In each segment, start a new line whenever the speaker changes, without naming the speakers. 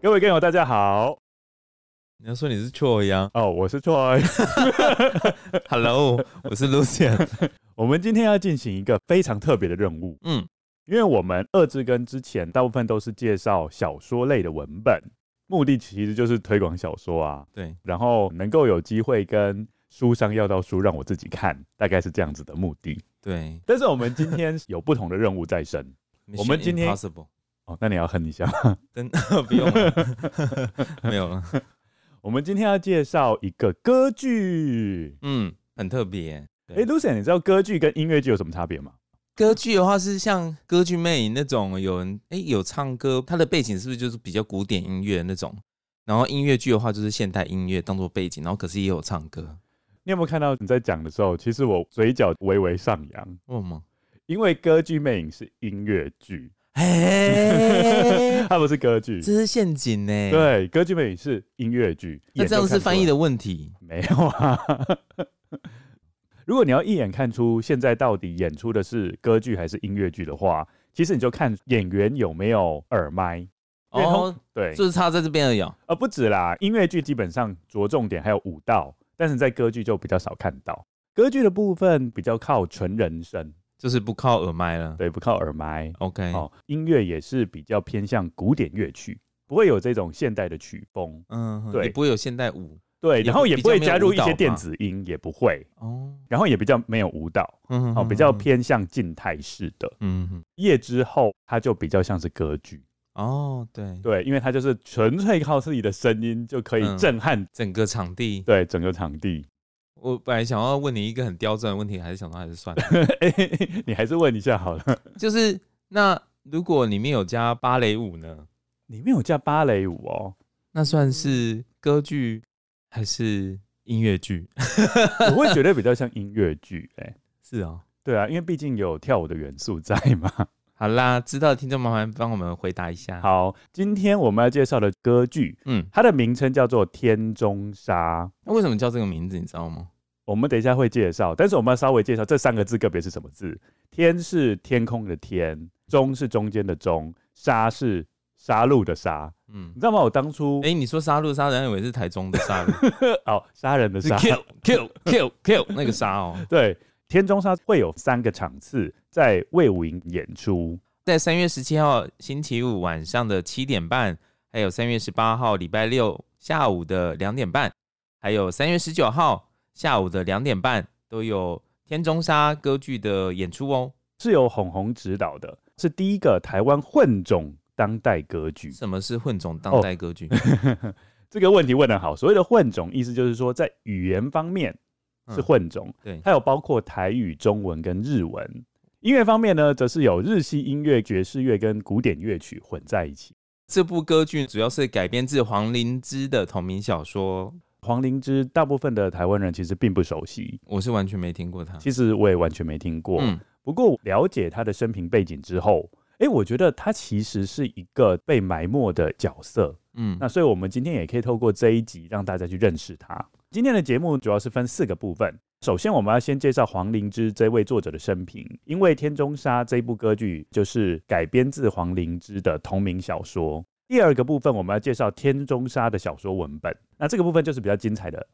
各位跟友大家好，
你要说你是错一 样。
哦，我是 Troy。
Hello，我是 Lucian。
我们今天要进行一个非常特别的任务，
嗯，
因为我们二字根之前大部分都是介绍小说类的文本，目的其实就是推广小说啊，
对，
然后能够有机会跟书商要到书让我自己看，大概是这样子的目的。
对，
但是我们今天有不同的任务在身我们今天
p o s s i b l e
哦，那你要哼一下。
真 不用了， 没有了。
我们今天要介绍一个歌剧。
嗯，很特别。对
哎、l u c i a n 你知道歌剧跟音乐剧有什么差别吗？
歌剧的话是像歌剧魅影那种，有人哎、有唱歌，它的背景是不是就是比较古典音乐那种？然后音乐剧的话就是现代音乐当做背景，然后可是也有唱歌，
你有没有看到你在讲的时候，其实我嘴角微微上扬，
为什么？
因为歌剧魅影是音乐剧，
哎，
它不是歌剧。
这是陷阱呢、，
对，歌剧魅影是音乐剧。
那这样是翻译
的
的问题。
没有啊？ 如果你要一眼看出现在到底演出的是歌剧还是音乐剧的话，其实你就看演员有没有耳麦。因为通
哦，
对，
就是差在这边而已哦。
呃，不止啦，音乐剧基本上着重点还有舞蹈，但是在歌剧就比较少看到。歌剧的部分比较靠纯人声，
就是不靠耳麦了。
对，不靠耳麦。
OK，
哦，音乐也是比较偏向古典乐曲，不会有这种现代的曲风。
嗯，
对
也不会有现代舞
对，
也
然后
不
也
比
不会
较没有
加入
舞
一
蹈
些
嘛
电子音，也不会，
哦，
然后也比较没有舞蹈，
嗯
哦，比较，偏向静态式的。
嗯嗯，
夜之后，它就比较像是歌剧，
哦，对，
对，因为它就是纯粹靠自己的声音就可以
嗯
震撼、
整个场地，
对整个场地。
我本来想要问你一个很刁钻的问题，还是想到还是算了，
哎，你还是问一下好了。
就是那如果里面有加芭蕾舞呢，
里面有加芭蕾舞 哦，
那算是歌剧还是音乐剧？
我会觉得比较像音乐剧哎。
是哦。
对啊，因为毕竟有跳舞的元素在嘛。
好啦，知道的听众麻烦帮我们回答一下。，
好，今天我们要介绍的歌剧，
嗯，
它的名称叫做《天中杀》，
那为什么叫这个名字，你知道吗？
我们等一下会介绍，但是我们要稍微介绍这三个字个别是什么字。天是天空的天，中是中间的中，杀是杀戮的杀。
嗯
你，知道吗？我当初、
哎、你说杀戮杀人，以为是台中的杀戮，
哦，杀人的
是
杀，
kill kill kill kill 那个杀哦。
对，天中杀会有三个场次在魏武营演出。
在三月十七号星期五晚上的七点半，还有三月十八号礼拜六下午的两点半，还有三月十九号下午的两点半，都有天中沙歌剧的演出哦。
是由红红执导的，是第一个台湾混种当代歌剧。
什么是混种
哦
当代歌 剧？
这个问题问得好，所谓的混种，意思就是说在语言方面是
嗯
混种，
对
它有包括台语、中文跟日文。音乐方面呢，则是有日系音乐、爵士乐跟古典乐曲混在一起。
这部歌剧主要是改编自黄灵芝的同名小说，
黄灵芝大部分的台湾人其实并不熟悉，
我是完全没听过它。
其实我也完全没听过。
嗯，
不过了解他的生平背景之后，诶，我觉得他其实是一个被埋没的角色。
嗯
那所以我们今天也可以透过这一集让大家去认识他。今天的节目主要是分四个部分，首先，我们要先介绍黄灵芝这位作者的生平，因为《天中沙》这部歌剧就是改编自黄灵芝的同名小说。第二个部分，我们要介绍《天中沙》的小说文本。那这个部分就是比较精彩的，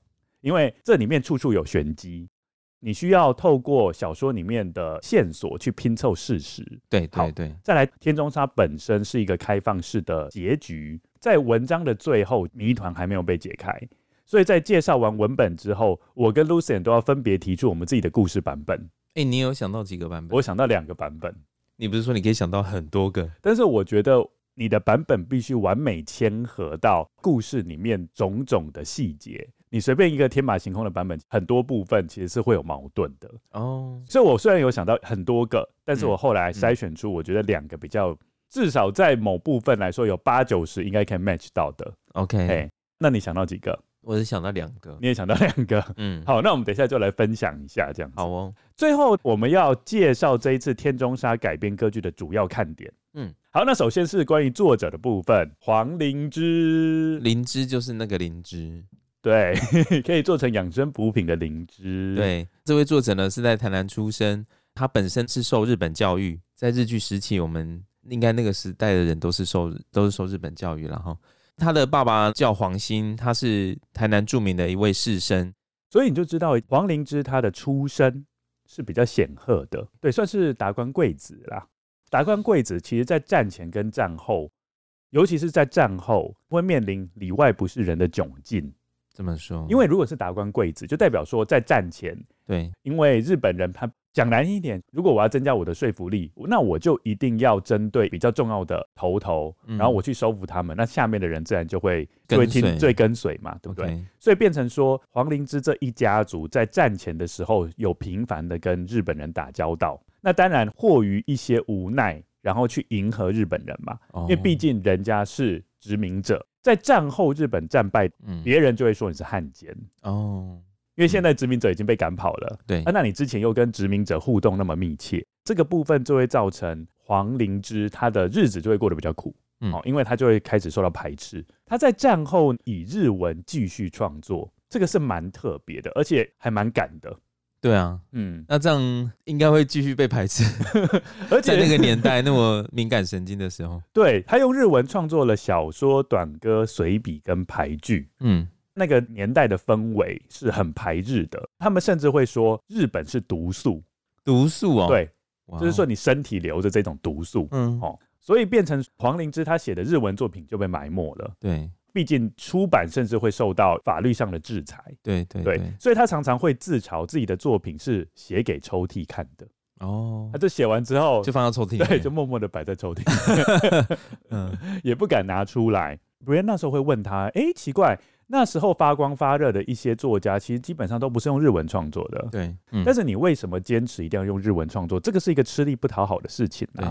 因为这里面处处有玄机，你需要透过小说里面的线索去拼凑事实。
对对
好
对，
再来，《天中沙》本身是一个开放式的结局，在文章的最后，谜团还没有被解开。所以在介绍完文本之后，我跟 Lucian 都要分别提出我们自己的故事版本。
哎、你有想到几个版本？
我想到两个版本，
你不是说你可以想到很多个？
但是我觉得你的版本必须完美嵌合到故事里面种种的细节。你随便一个天马行空的版本，很多部分其实是会有矛盾的。
哦，
所以我虽然有想到很多个，但是
嗯
我后来筛选出我觉得两个比较，至少在某部分来说有八九十应该可以 match 到的。
OK，、
哎、那你想到几个？
我只想到两个。
你也想到两个。
嗯，
好，那我们等一下就来分享一下这样子。
好哦，
最后我们要介绍这一次《天中沙》改编歌剧的主要看点。
嗯，
好，那首先是关于作者的部分，黄灵芝，
灵芝就是那个灵芝。
对， 可以做成养生补品的灵芝，，
对，这位作者呢是在台南出生，他本身是受日本教育，在日据时期，我们应该那个时代的人都是受都是受日本教育了哈。他的爸爸叫黄兴，他是台南著名的一位士绅，
所以你就知道黄灵芝她的出身是比较显赫的，对，算是达官贵子啦。达官贵子其实在战前跟战后，尤其是在战后会面临里外不是人的窘境，
这么说，
因为如果是达官贵子，就代表说在战前
对
因为日本人他讲难一点，如果我要增加我的说服力，那我就一定要针对比较重要的头头，
嗯
然后我去收服他们，那下面的人自然就会
跟
就会
随
听最跟随嘛，对不对
OK，
所以变成说黄灵芝这一家族在战前的时候有频繁的跟日本人打交道，那当然迫于一些无奈，然后去迎合日本人嘛，
哦
因为毕竟人家是殖民者，在战后日本战败，
嗯
别人就会说你是汉奸，
哦
因为现在殖民者已经被赶跑了。
对
啊，那你之前又跟殖民者互动那么密切，这个部分就会造成黄灵芝他的日子就会过得比较苦，
嗯
哦，因为他就会开始受到排斥。他在战后以日文继续创作，这个是蛮特别的，而且还蛮赶的，
对啊，
嗯，
那这样应该会继续被排 斥，
而且
在那个年代那么敏感神经的时候，
对他用日文创作了小说、短歌、随笔跟排剧。
嗯，
那个年代的氛围是很排日的，他们甚至会说日本是毒素，
毒素哦，
对，
哇哦，
就是说你身体留着这种毒素，
嗯，
哦，所以变成黄灵芝他写的日文作品就被埋没了。
对
毕竟出版甚至会受到法律上的制裁，
对对
对，
对，
所以他常常会自嘲自己的作品是写给抽屉看的。
哦
他，就写完之后
就，放到抽屉里面，
对，就默默的摆在抽屉，
嗯
也不敢拿出来。别人那时候会问他，诶，奇怪，那时候发光发热的一些作家，其实基本上都不是用日文创作的，
对，嗯
但是你为什么坚持一定要用日文创作？这个是一个吃力不讨好的事情啊
对。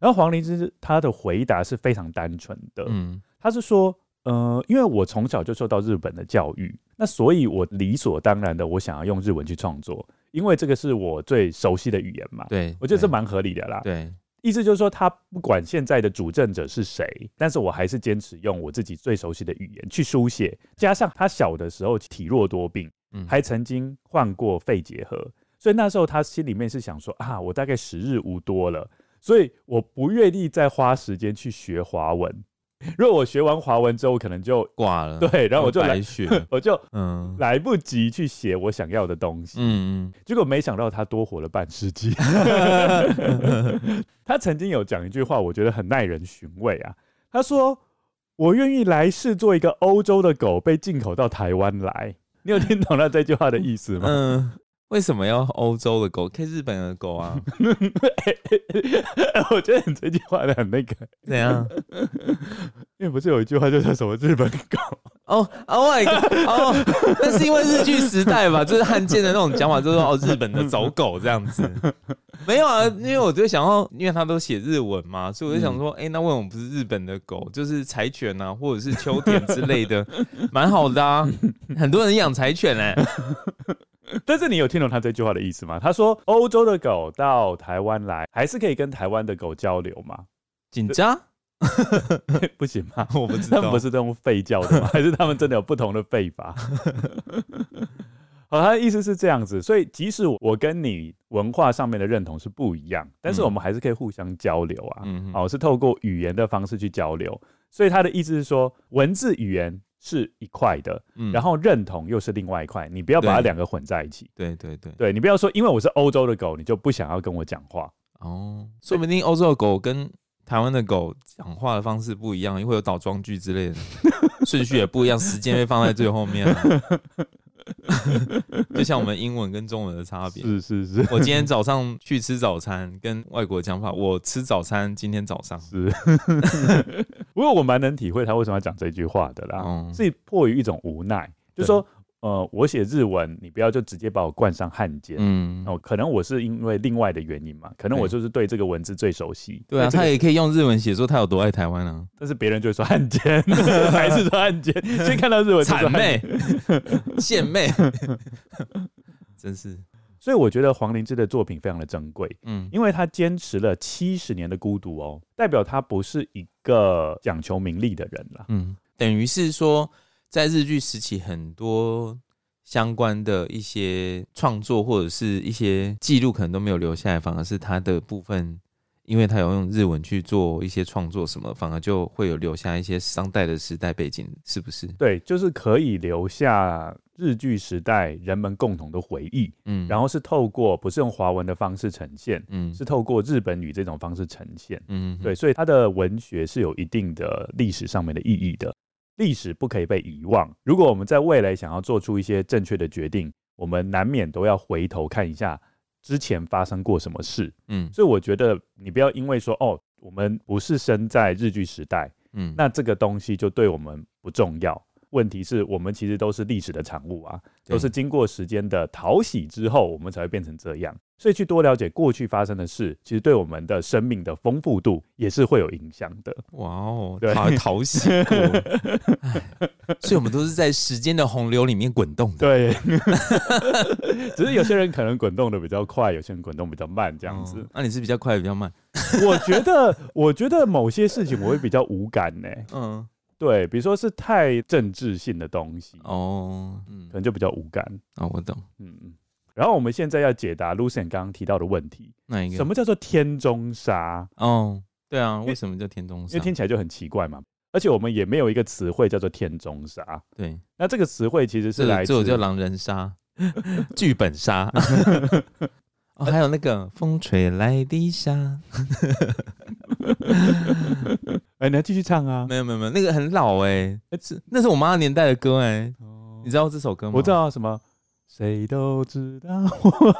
然后黄灵芝他的回答是非常单纯的，
嗯
他是说，呃，因为我从小就受到日本的教育，那所以我理所当然的，我想要用日文去创作，因为这个是我最熟悉的语言嘛。
对，
我觉得这
对
蛮合理的啦。
对，
意思就是说，他不管现在的主政者是谁，但是我还是坚持用我自己最熟悉的语言去书写。加上他小的时候体弱多病，
嗯
还曾经患过肺结核，所以那时候他心里面是想说啊，我大概时日无多了，所以我不愿意再花时间去学华文。如果我学完华文之后，可能就
挂了，，
对，然后我就来
白，雪，
我就
嗯
来不及去写我想要的东西。
嗯嗯，
结果没想到他多活了半世纪。他曾经有讲一句话，我觉得很耐人寻味啊。他说：“我愿意来世做一个欧洲的狗，被进口到台湾来。”你有听懂他这句话的意思吗？
嗯，为什么要欧洲的狗？可以日本的狗 啊？
我觉得你这句话的很那个，
怎样？
因为不是有一句话就叫什么日本狗？
哦，Oh my god！哦，那是因为日剧时代吧，就是汉奸的那种讲法，就是说哦，日本的走狗这样子。没有啊，因为我就想要，因为他都写日文嘛，所以我就想说，
嗯
哎、那为什么不是日本的狗，就是柴犬啊，或者是秋田之类的，蛮好的啊。很多人养柴犬嘞、
但是你有听懂他这句话的意思吗？他说欧洲的狗到台湾来，还是可以跟台湾的狗交流吗？
紧张？啊
不行吗？
我不知
他们
道，
不是都用吠叫的吗？还是他们真的有不同的吠法？ 好，他的意思是这样子，所以即使我跟你文化上面的认同是不一样，但是
嗯
我们还是可以互相交流啊。
嗯哼，
哦，是透过语言的方式去交流。所以他的意思是说，文字语言是一块的，
嗯
然后认同又是另外一块，你不要把它
对
两个混在一起。
对对对，
对你不要说，因为我是欧洲的狗，你就不想要跟我讲话。
哦，说不定欧洲的狗跟台湾的狗讲话的方式不一样，会有倒装句之类 的，顺序也不一样，时间会放在最后面啊、就像我们英文跟中文的差别。
是是是
我今天早上去吃早餐，跟外国讲法，我吃早餐今天早上。
是，不过我蛮能体会他为什么要讲这句话的啦，
嗯
是迫于一种无奈，就
对
说呃，我写日文，你不要就直接把我冠上汉奸。
嗯，
哦，可能我是因为另外的原因嘛，可能我
对
就是对这个文字最熟悉。
对啊，
这个
他也可以用日文写说他有多爱台湾啊，
但是别人就会说汉奸， 还是说汉 奸？先看到日文就说
谄
汉奸，
媚、 献媚，真是，
所以我觉得黄灵芝的作品非常的珍贵，
嗯
因为他坚持了七十年的孤独哦，代表他不是一个讲求名利的人啦。
嗯，等于是说，在日剧时期，很多相关的一些创作或者是一些记录，可能都没有留下来，反而是他的部分，因为他有用日文去做一些创作什么，反而就会有留下一些商代的时代背景，是不是？
对，就是可以留下日剧时代人们共同的回忆，
嗯，
然后是透过不是用华文的方式呈现，
嗯
是透过日本语这种方式呈现。
嗯
对，所以它的文学是有一定的历史上面的意义的，历史不可以被遗忘。如果我们在未来想要做出一些正确的决定，我们难免都要回头看一下之前发生过什么事。
嗯
所以我觉得你不要因为说哦，我们不是生在日据时代，
嗯，
那这个东西就对我们不重要。问题是我们其实都是历史的产物啊，
对
都是经过时间的淘洗之后，我们才会变成这样。所以去多了解过去发生的事，其实对我们的生命的丰富度也是会有影响的。
哇哦，
对
讨讨喜 过，唉所以我们都是在时间的洪流里面滚动的。
对， 只是有些人可能滚动的比较快，有些人滚动比较慢，这
这
样子。
哦那、你是比较快，比较慢？
我觉得，我觉得某些事情我会比较无感呢、
嗯，
对，比如说是太政治性的东西，
哦，嗯
可，能就比较无感。
哦，我懂。
嗯嗯。然后我们现在要解答 Lucian 刚刚提到的问题，
那一个
什么叫做天中杀？
哦，对啊，
为
为什么叫天中
因为
山？
听起来就很奇怪嘛。而且我们也没有一个词汇叫做天中杀。
对，
那这个词汇其实是来
这
自
这我叫狼人 杀、剧本杀， 哦，还有那个风吹来的沙，
哎，你要继续唱啊？
没有没有没有，那个很老哎、是那是我妈年代的歌哎、
哦
你知道这首歌吗？
我知，道啊什么？谁都知道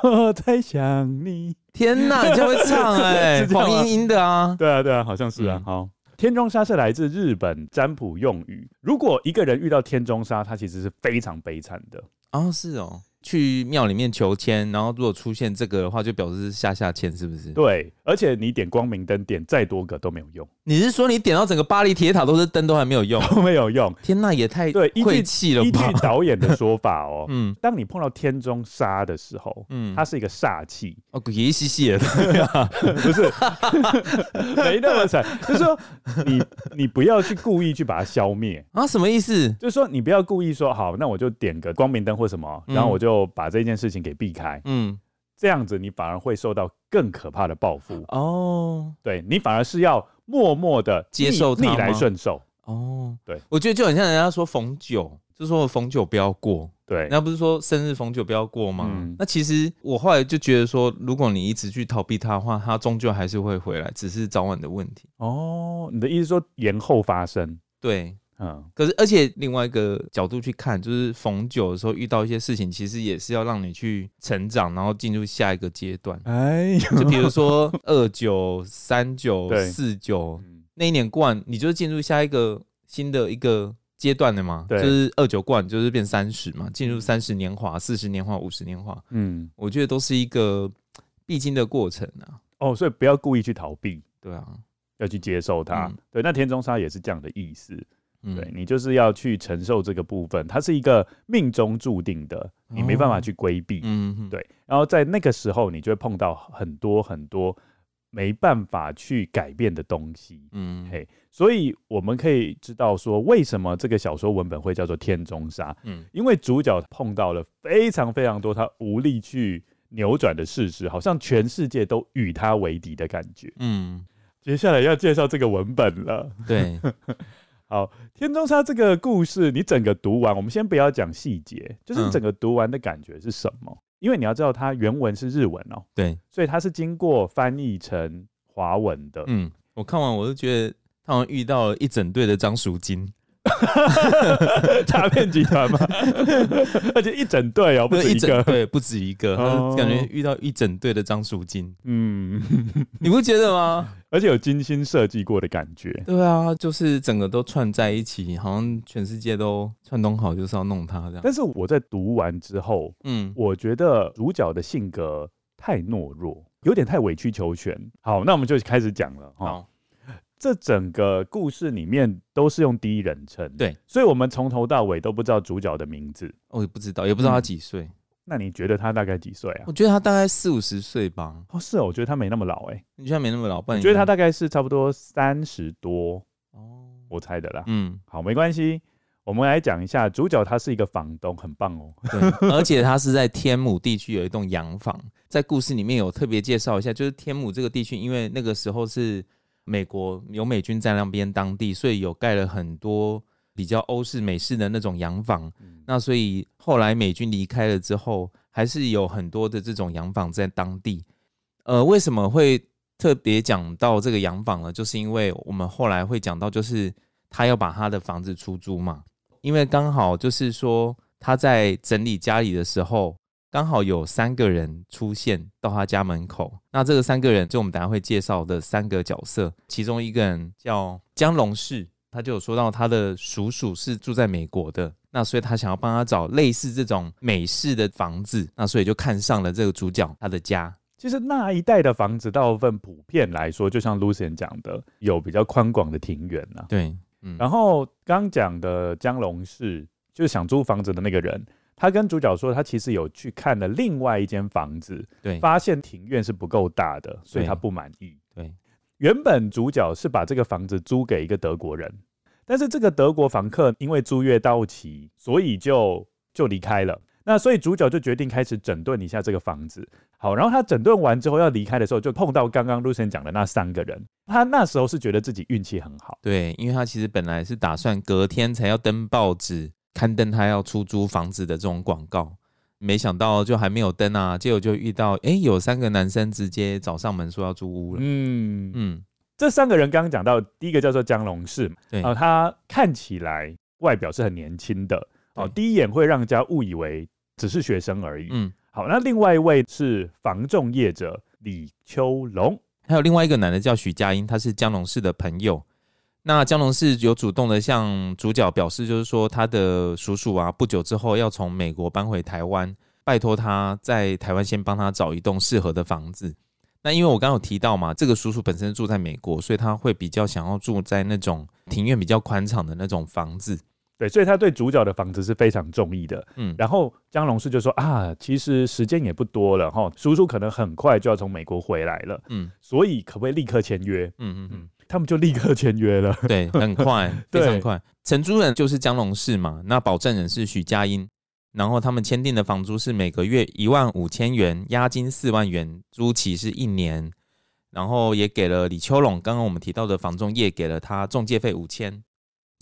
我在想你。
天哪，你竟然会唱哎、
是这样吗
黄莺莺的啊，
对啊，对啊，好像是啊。
嗯
好，天中杀是来自日本占卜用语。如果一个人遇到天中杀，他其实是非常悲惨的。
哦是哦，去庙里面求签，然后如果出现这个的话，就表示是下下签是不是？
对，而且你点光明灯，点再多个都没有用，
你是说你点到整个巴黎铁塔都是灯都还没有 用？
都没有 用。
天哪，也太
对依据
晦气了
依据
吧？
导演的说法哦，
嗯
当你碰到天中杀的时候，
嗯，
它是一个煞气，
哦，也嘻嘻的，
不是 没那么惨，就是说你你不要去故意去把它消灭。
啊，什么意思？
就是说，你不要故意说好，那我就点个光明灯或什么，
嗯
然后我就把这件事情给避开。
嗯，
这样子，你反而会受到更可怕的报复。
哦
对你反而是要默默的
接受它
逆
吗
来顺受。
哦，
对，
我觉得就很像人家说逢九，就说逢九不要过，
对，
人家不是说生日逢九不要过吗？
嗯
那其实我后来就觉得说，如果你一直去逃避它的话，它终究还是会回来，只是早晚的问题。
哦，你的意思说延后发生？
对。
嗯，
可是，而且另外一个角度去看，就是逢九的时候遇到一些事情，其实也是要让你去成长，然后进入下一个阶段。
哎，
就比如说二九、三九、
对
四九，
嗯
那一年过完，你就是进入下一个新的一个阶段了嘛？就
对
是二九过完，你就是变三十嘛，进入三十年华、四十年华、五十年华，
嗯，
我觉得都是一个必经的过程啊。
哦，所以不要故意去逃避，
对啊，
要去接受它。
嗯
对，那田中沙也是这样的意思。
嗯，
对你就是要去承受这个部分，它是一个命中注定的，你没办法去规避。
嗯，嗯，
对，然后在那个时候，你就会碰到很多很多没办法去改变的东西。
嗯
嘿，所以我们可以知道说，为什么这个小说文本会叫做《天中杀》，
嗯
因为主角碰到了非常非常多他无力去扭转的事实，好像全世界都与他为敌的感觉。
嗯，
接下来要介绍这个文本了，
对，
好，《天中杀》这个故事，你整个读完，我们先不要讲细节，就是
嗯
你整个读完的感觉是什么？因为你要知道，它原文是日文哦，
对，
所以它是经过翻译成华文的。
嗯，我看完我就觉得他好像遇到了一整队的张赎金，
诈骗集 团嘛，而且一整队哦，不
对
止
一
一
整
个。
对不止一个，他
哦
感觉遇到一整队的张赎金，
嗯，
你不觉得吗？
而且有精心设计过的感觉。
对啊，就是整个都串在一起，好像全世界都串通好就是要弄他这样。
但是我在读完之后，
嗯，
我觉得主角的性格太懦弱，有点太委曲求全。好，那我们就开始讲了。哈。
好，
这整个故事里面都是用第一人称，
对，
所以我们从头到尾都不知道主角的名字。
我也不知道，也不知
嗯
道他几岁，
那你觉得他大概几岁啊
我？觉得他大概四五十岁吧，
哦，是哦，我觉得他没那么老哎、
你居然没那么老，不
我
然你
觉得他
看
大概是差不多三十多，
哦，
我猜的啦。
嗯，
好，没关系，我们来讲一下主角，他是一个房东，很 棒哦。
对，而且他是在天母地区有一栋洋房，在故事里面有特别介绍一下，就是天母这个地区，因为那个时候是美国有美军在那边当地，所以有盖了很多比较欧式美式的那种洋房。那所以后来美军离开了之后，还是有很多的这种洋房在当地。呃，为什么会特别讲到这个洋房呢？就是因为我们后来会讲到，就是他要把他的房子出租嘛，因为刚好就是说他在整理家里的时候，刚好有三个人出现到他家门口。那这个三个人，就我们等一下会介绍的三个角色，其中一个人叫江龙士，他就有说到他的叔叔是住在美国的，那所以他想要帮他找类似这种美式的房子，那所以就看上了这个主角他的家。
其实那一带的房子大部分普遍来说，就像 Lucian 讲的，有比较宽广的庭园啊。
对，嗯，
然
后
后刚讲的江龙是就是想租房子的那个人，他跟主角说，他其实有去看了另外一间房子，
对
发现庭院是不够大的，所以
对
他不满意。
对，
原本主角是把这个房子租给一个德国人，但是这个德国房客因为租约到期，所以就就离开了。那所以主角就决定开始整顿一下这个房子。好，然后他整顿完之后要离开的时候，就碰到刚刚 Lucian 讲的那三个人。他那时候是觉得自己运气很好。
对，因为他其实本来是打算隔天才要登报纸刊登他要出租房子的这种广告，没想到就还没有登啊，结果就遇到诶，有三个男生直接找上门说要租屋了。
嗯
嗯，
这三个人刚刚讲到，第一个叫做江龙士，
对
啊、他看起来外表是很年轻的，哦、
对
第一眼会让人家误以为只是学生而已。
嗯，
好，那另外一位是房仲业者李秋龙，
还有另外一个男的叫许佳音，他是江龙氏的朋友。那江龙氏有主动的向主角表示，就是说他的叔叔啊，不久之后要从美国搬回台湾，拜托他在台湾先帮他找一栋适合的房子。那因为我刚刚有提到嘛，这个叔叔本身住在美国，所以他会比较想要住在那种庭院比较宽敞的那种房子。
对，所以他对主角的房子是非常中意的。
嗯，
然后江龙士就说啊，其实时间也不多了哈，叔叔可能很快就要从美国回来了，
嗯
所以可不可以立刻签约？
嗯嗯嗯
嗯，他们就立刻签约了。
对，很快，非
对
常快。承租人就是江龙氏嘛，那保证人是许佳音，然后他们签订的房租是每个月一万五千元，押金四万元，租期是一年，然后也给了李秋龙，刚刚我们提到的房仲业给了他中介费五千。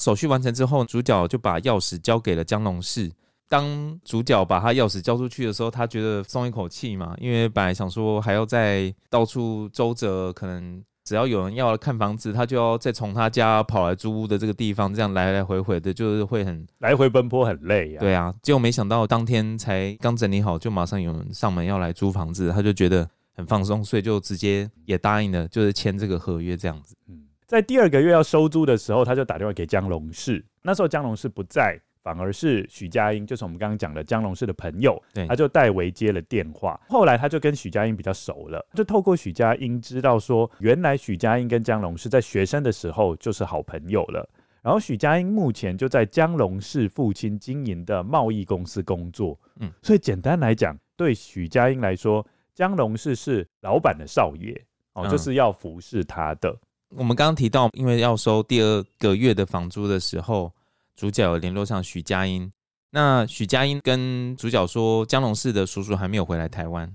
手续完成之后，主角就把钥匙交给了江龙氏。当主角把他钥匙交出去的时候，他觉得松一口气嘛，因为本来想说还要再到处周折，可能只要有人要看房子，他就要再从他家跑来租屋的这个地方，这样来来回回的，就是会很
来回奔波很累呀、
对啊。结果没想到当天才刚整理好，就马上有人上门要来租房子，他就觉得很放松，所以就直接也答应了，就是签这个合约这样子。
嗯，在第二个月要收租的时候，他就打电话给江龙士，那时候江龙士不在，反而是许佳音，就是我们刚刚讲的江龙士的朋友，
对
他就代为接了电话。后来他就跟许佳音比较熟了，就透过许佳音知道说，原来许佳音跟江龙士在学生的时候就是好朋友了。然后许佳音目前就在江龙市父亲经营的贸易公司工作，
嗯
嗯，所以简单来讲，对许佳音来说，江龙市是老板的少爷，哦，
嗯
就是要服侍他的。
我们刚刚提到，因为要收第二个月的房租的时候，主角有联络上许佳音。那许佳音跟主角说，江龙市的叔叔还没有回来台湾，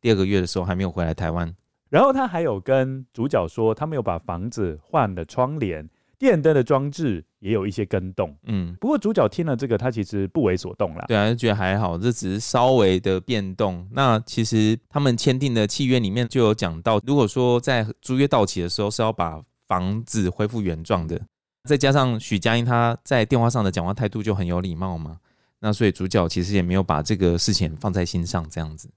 第二个月的时候还没有回来台湾。
然后他还有跟主角说，他们有把房子换了窗帘、电灯的装置，也有一些跟动。
嗯，
不过主角听了这个，他其实不为所动啦。
对啊，就觉得还好，这只是稍微的变动。那其实他们签订的契约里面就有讲到，如果说在租约到期的时候是要把房子恢复原状的，再加上许佳音她在电话上的讲话态度就很有礼貌嘛，那所以主角其实也没有把这个事情放在心上，这样子。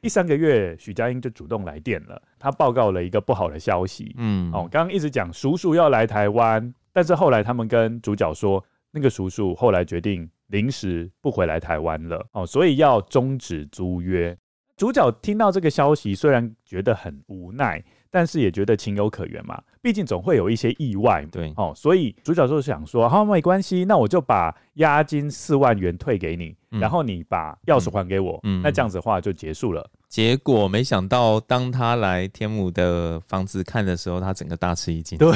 第三个月，许佳音就主动来电了，他报告了一个不好的消息。
嗯，
哦，刚刚一直讲叔叔要来台湾，但是后来他们跟主角说，那个叔叔后来决定临时不回来台湾了，哦，所以要终止租约。主角听到这个消息，虽然觉得很无奈，但是也觉得情有可原嘛，毕竟总会有一些意外嘛。
对，
哦，所以主角就想说，好、没关系，那我就把押金四万元退给你，
嗯
然后你把钥匙还给我，
嗯
那这样子的话就结束了。
结果没想到当他来天母的房子看的时候，他整个大吃一惊。
对，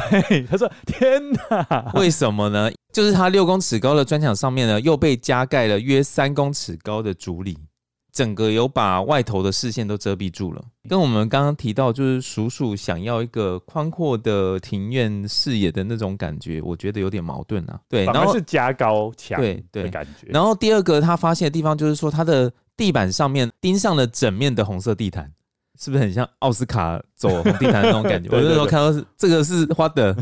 他说：“天
哎
哪，
为什么呢？就是它六公尺高的砖墙上面呢，又被加盖了约三公尺高的竹篱，整个有把外头的视线都遮蔽住了。跟我们刚刚提到，就是叔叔想要一个宽阔的庭院视野的那种感觉，我觉得有点矛盾啊。对，
反
然
而
后
是加高墙
对对
的感觉。”
然后第二个他发现的地方就是说，它的地板上面钉上了整面的红色地毯，是不是很像奥斯卡走红地毯的那种感觉？
对对
我那时候
对
看到是这个是花的，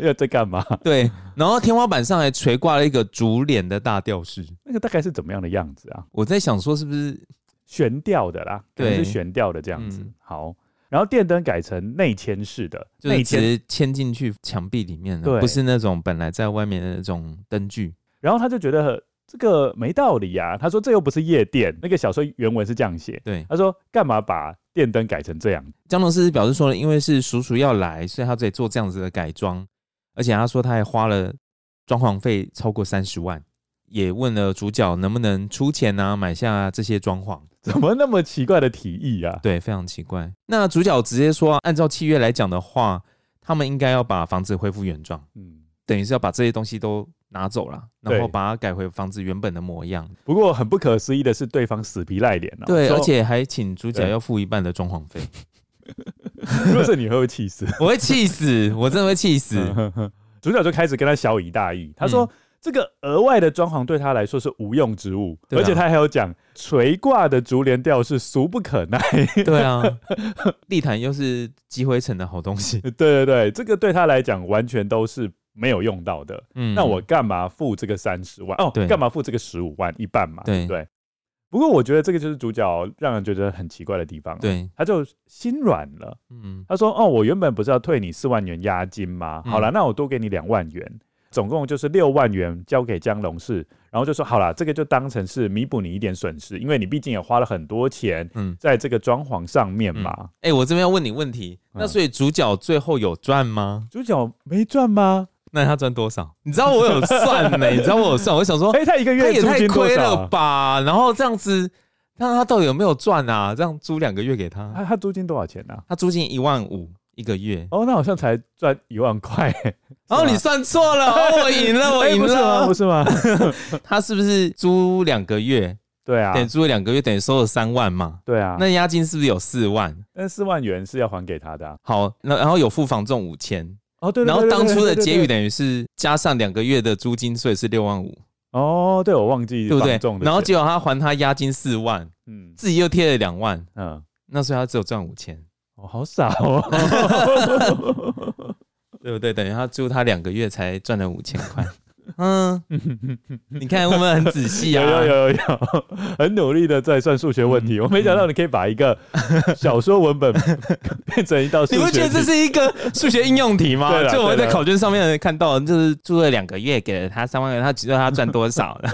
要在干嘛？
对，然后天花板上还垂挂了一个竹帘的大吊饰。
那个大概是怎么样的样子啊？
我在想说是不是
悬吊的啦，可能
对
是悬吊的这样子。
嗯
好，然后电灯改成内嵌式的，
就是
内
直
嵌。
接嵌进去墙壁里面啊
对
的，不是那种本来在外面的那种灯具。
然后他就觉得这个没道理啊，他说这又不是夜店。那个小说原文是这样写，
对，
他说干嘛把电灯改成这样？
江龙师表示说，因为是叔叔要来，所以他得做这样子的改装，而且他说他还花了装潢费超过三十万，也问了主角能不能出钱啊买下这些装潢。
怎么那么奇怪的提议啊？
对，非常奇怪。那主角直接说，按照契约来讲的话，他们应该要把房子恢复原状。
嗯，
等于是要把这些东西都拿走了，
对
然后把它改回房子原本的模样。
不过很不可思议的是，对方死皮赖脸啊。
对，
说
而且还请主角
对
要付一半的装潢费，
如果是你会不会气死？
我会气死，我真的会气死。
嗯主角就开始跟他小以大义，他说、
嗯
这个额外的装潢对他来说是无用之物，
对啊
而且他还有讲垂挂的竹帘吊是俗不可 耐。
对啊，地毯又是积灰尘的好东西。
对对对，这个对他来讲完全都是没有用到的。
嗯，
那我干嘛付这个三十万？哦
对，
干嘛付这个十五万一半嘛？
对
不对。不过我觉得这个就是主角让人觉得很奇怪的地方，，
对，
他就心软了。
嗯
他说：“哦，我原本不是要退你四万元押金吗？
嗯
好了，那我多给你两万元，总共就是六万元交给江龙市，然后就说好了，这个就当成是弥补你一点损失，因为你毕竟也花了很多钱
嗯。
在这个装潢上面嘛。
哎、我这边要问你问题，
嗯
那所以主角最后有赚吗？
主角没赚吗？
那他赚多少？你知道我有算呢、你知道我有算，我想说
哎、他一个
哦他
月
也
租
太
金多
亏
少
了
啊？
吧？然后这样子，那他到底有没有赚啊？这样租两个月给他，
他他租金多少钱呢、啊？
他租金一万五一个月。
哦，那好像才赚一万 块、
然后你算错 了，哦，我赢了，我
哎
赢
不是吗？
了
不。是吗？
他是不是租两个月？
对啊，
等于租两个月，等于收了三万嘛？
对啊，
那押金是不是有四万？
那四万元是要还给他的啊、
好，那然后有付房重五千，
哦，对对
然后
对对
当初的
对对
结
对
余等于是加上两个月的租金，所以是六万五，
哦，对我忘记
对不对
放纵？的
然后
钱
结果他还他押金四万，
嗯
自己又贴了两万，
嗯，
那所以他只有赚五千，
哦，好傻 哦。
对不对？等于他租他两个月才赚了五千 块。嗯，你看我们很仔细
有
啊，
有有有有，很努力的在算数学问题。
嗯
我没想到你可以把一个小说 文本变成一道数学
你
题。
不觉得这是一个数学应用题吗
对？啦
就我们
对啦
在考卷上面看到，就是住了两个月，给了他三万元，他知道他赚多 少了。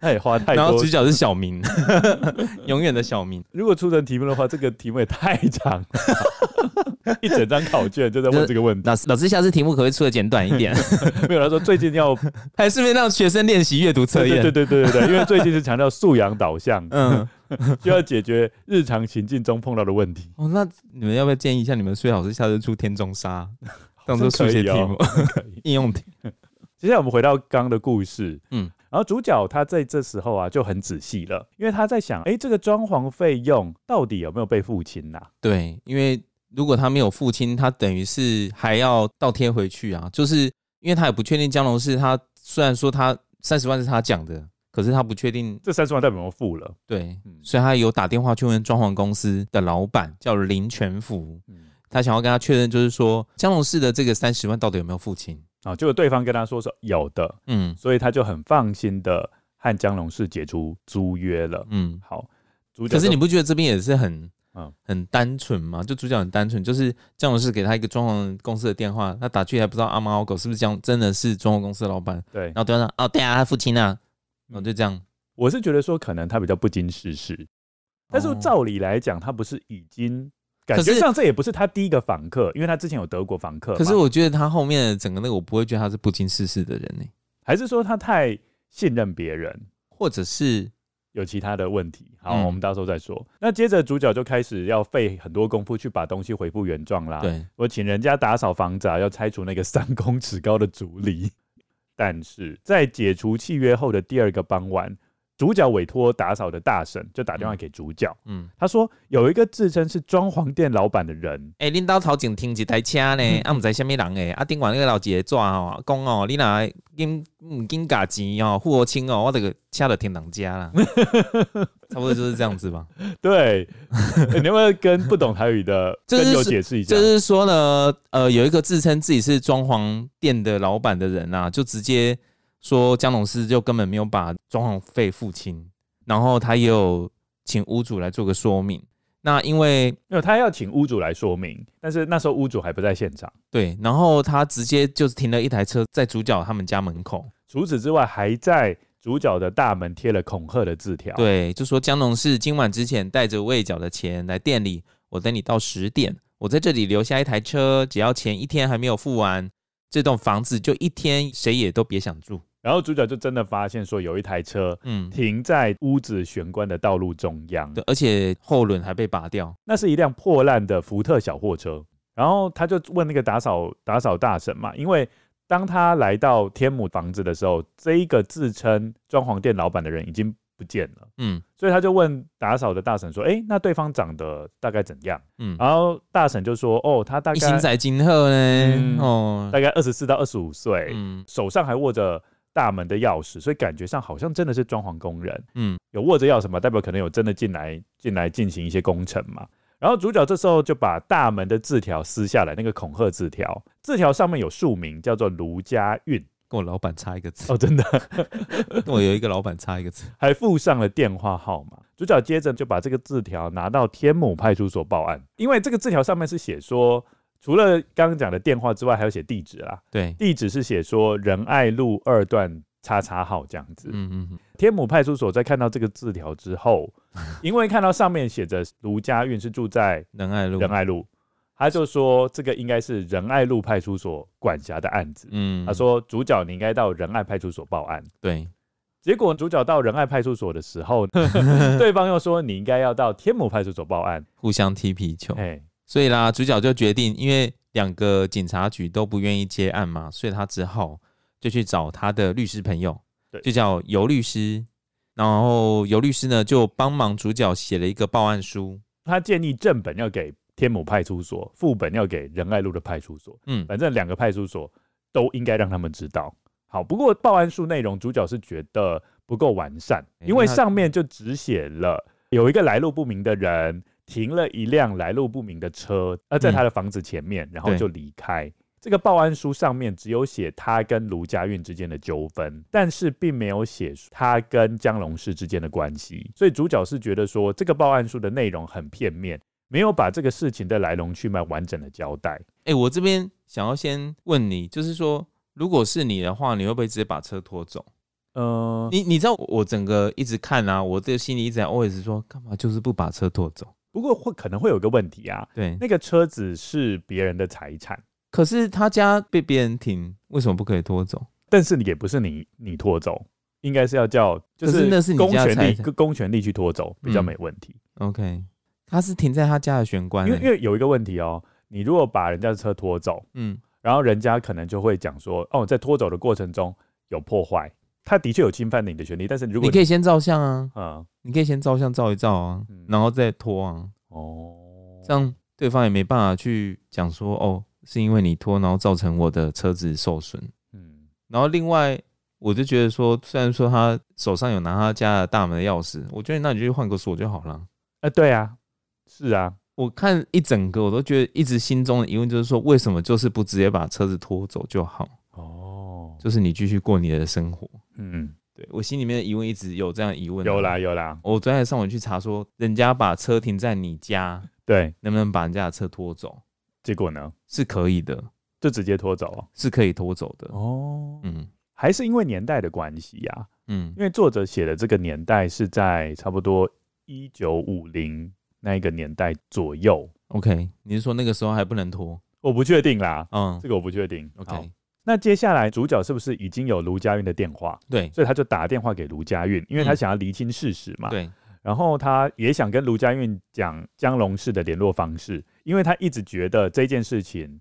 他也哎花太
然后
多
主？角是小明， 永远的小明。
如果出成题目的话，这个题目也太长了。 一整张考卷就在问这个 问题。
老师，老师，下次题目可不可以出的简短一点？
没有，他说最近要
还顺便让学生练习阅读 测验。
对对对对对，因为最近是强调素养导 向，
嗯，
就要解决日常情境中碰到的问 题。
哦，那你们要不要建议一下你们数学老师下次出天中沙，当做数学题目、 应用题？
接下来我们回到刚刚的故事，嗯
嗯，
然后主角他在这时候啊就很仔细了，因为他在想，哎、这个装潢费用到底有没有被付清啊呐、
对，因为如果他没有付清，他等于是还要倒贴回去啊。就是因为他也不确定江龙是他，虽然说他三十万是他讲的，可是他不确定
这三十万代表有没有付了？
对，
嗯
所以他有打电话去问装潢公司的老板，叫林全福，
嗯，
他想要跟他确认，就是说江龙市的这个三十万到底有没有付清？
啊，结果对方跟他说说有的，
嗯
所以他就很放心的和江龙市解除租约了。
嗯。
好，主角
可是
就
你不觉得这边也是很
嗯
很单纯吗？就主角很单纯，就是江龙市给他一个装潢公司的电话，他打去还不知道阿猫阿狗是不是江真的是装潢公司的老板，
对
然，后对方说哦对啊，他付清啊，然后就这样。
我是觉得说可能他比较不经世事，但是
哦
照理来讲，他不是已经。感
可
觉
是
上这也不是他第一个访客，因为他之前有德国访客嘛。
可是我觉得他后面的整个那个，我不会觉得他是不经世事的人呢、
还是说他太信任别人，
或者是
有其他的问题。好，
嗯
我们到时候再说。那接着主角就开始要费很多功夫去把东西恢复原状啦。，
对，
我请人家打扫房子啊，要拆除那个三公尺高的竹篱。但是在解除契约后的第二个傍晚，主角委托打扫的大婶就打电话给主角，
嗯，
他说有一个自称是装潢店老板的人，
哎、恁兜头前停一台车呢，啊，毋知虾米人诶，啊，顶晚那个老姐纸吼，讲哦，你若紧毋紧加钱哦，付我清哦，我这个车就停人家啦， 差不多就是这样子吧。
对， 你要不要跟不懂台语的
这是
跟友解释一下
就？是说呢，呃，有一个自称自己是装潢店的老板的人啊，就直接说江龙师就根本没有把装潢费付清，然后他也有请屋主来做个说明。那因为
没有，他要请屋主来说明，但是那时候屋主还不在现场。
对，然后他直接就是停了一台车在主角他们家门口，
除此之外，还在主角的大门贴了恐吓的字条。，
对，就说江龙是今晚之前带着未缴的钱来店里，我等你到十点，我在这里留下一台车，只要前一天还没有付完，这栋房子就一天谁也都别想住。
然后主角就真的发现说，有一台车
嗯，
停在屋子玄关的道路中央，
对，而且后轮还被拔掉。
那是一辆破烂的福特小货车。然后他就问那个打扫打扫大神嘛，因为当他来到天母房子的时候，这一个自称装潢店老板的人已经不见了，
嗯
所以他就问打扫的大神说：“哎，那对方长得大概怎样？”
嗯，
然后大神就说：“哦，他啊大
一心
概
在今后呢，
嗯
哦，
大概二十四到二十五岁，
嗯
手上还握着大门的钥匙，所以感觉上好像真的是装潢工人，
嗯
有握着钥匙嘛，代表可能有真的进来进来进行一些工程嘛。然后主角这时候就把大门的字条撕下来，那个恐吓字条，字条上面有署名叫做卢家运
跟我老板差一个字，
哦，真的
跟我有一个老板差一个字。
还附上了电话号码。主角接着就把这个字条拿到天母派出所报案，因为这个字条上面是写说，除了刚刚讲的电话之外，还有写地址啦，
对，
地址是写说仁爱路二段叉叉号这样子。
嗯嗯嗯，
天母派出所在看到这个字条之后，因为看到上面写着卢家运是住在
仁爱路，
仁爱路，他就说这个应该是仁爱路派出所管辖的案子。
嗯，
他说主角你应该到仁爱派出所报案。
对，
结果主角到仁爱派出所的时候，对方又说你应该要到天母派出所报案。
互相踢皮球。
哎，
所以啦，主角就决定，因为两个警察局都不愿意接案嘛，所以他只好就去找他的律师朋友
对，
就叫尤律师。然后尤律师呢，就帮忙主角写了一个报案书。
他建议正本要给天母派出所，副本要给仁爱路的派出所。
嗯，
反正两个派出所都应该让他们知道。好，不过报案书内容主角是觉得不够完善，
哎
因为
那
上面就只写了有一个来路不明的人停了一辆来路不明的车，呃，在他的房子前面，然后
对
就离开。这个报案书上面只有写他跟卢家运之间的纠纷，但是并没有写他跟江龙氏之间的关系，所以主角是觉得说这个报案书的内容很片面，没有把这个事情的来龙去脉完整的交代。
哎、我这边想要先问你，就是说，如果是你的话，你会不会直接把车拖走？
嗯，
你你知道我我整个一直看啊，我这个心里一直在 always 说，干嘛就是不把车拖走？
不过会可能会有个问题啊，
对，
那个车子是别人的财产，
可是他家被别人停，为什么不可以拖走？
但是也不是你你拖走，应该是要叫就
可是那是你
公
家的
权力
财产
公公权力去拖走比较没问题。
OK，他是停在他家的玄关、欸
因为因
为
为有一个问题哦，你如果把人家的车拖走，
嗯，
然后人家可能就会讲说，哦，在拖走的过程中有破坏，他的确有侵犯你的权利，但是如果
你可以先照相啊，
嗯
你可以先照相照一照啊，
嗯
然后再拖啊，
哦
这样对方也没办法去讲说哦，是因为你拖，然后造成我的车子受损。
嗯
然后另外，我就觉得说，虽然说他手上有拿他家的大门的钥匙，我觉得那你就去换个锁就好了。
呃对啊是啊
我看一整个，我都觉得一直心中的疑问就是说，为什么就是不直接把车子拖走就好？
哦
就是你继续过你的生活。
嗯
对我心里面的疑问一直有这样的疑问、啊
有啦。有啦
我昨天还上网去查说，人家把车停在你家，
对，
能不能把人家的车拖走？
结果呢
是可以的，
就直接拖走
是可以拖走的。
哦
嗯
还是因为年代的关系呀、啊，
嗯
因为作者写的这个年代是在差不多一九五零那一个年代左右，
，OK，你是说那个时候还不能拖？
我不确定啦，
嗯
这个我不确定。好
，OK，
那接下来主角是不是已经有卢家韵的电话？
对
所以他就打电话给卢家韵，因为他
嗯
想要厘清事实嘛。。
对，
然后他也想跟卢家韵讲江龙氏的联络方式，因为他一直觉得这件事情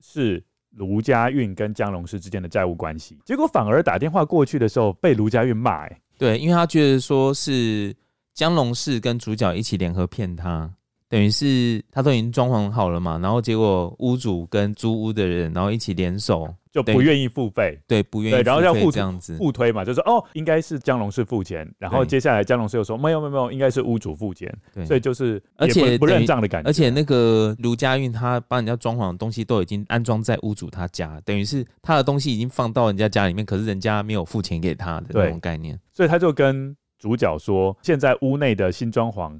是卢家韵跟江龙氏之间的债务关系。结果反而打电话过去的时候被卢家韵骂、欸，
对，因为他觉得说是江龙氏跟主角一起联合骗他，等于是他都已经装潢好了嘛，然后结果屋主跟租屋的人，然后一起联手，
就不
对
愿意付费。
对，不愿
对
意
然后
付
要
费
互
这样子，
互推嘛，就说哦，应该是江龙氏付钱，然后
对
接下来江龙氏又说没有没有没有，应该是屋主付钱，
对
所以就是
而
也不
且
不认
等于
账的感觉，
而且那个卢家韵，她帮人家装潢的东西都已经安装在屋主他家，等于是她的东西已经放到人家家里面，可是人家没有付钱给她的
对
那种概念。
所以他就跟主角说，现在屋内的新装潢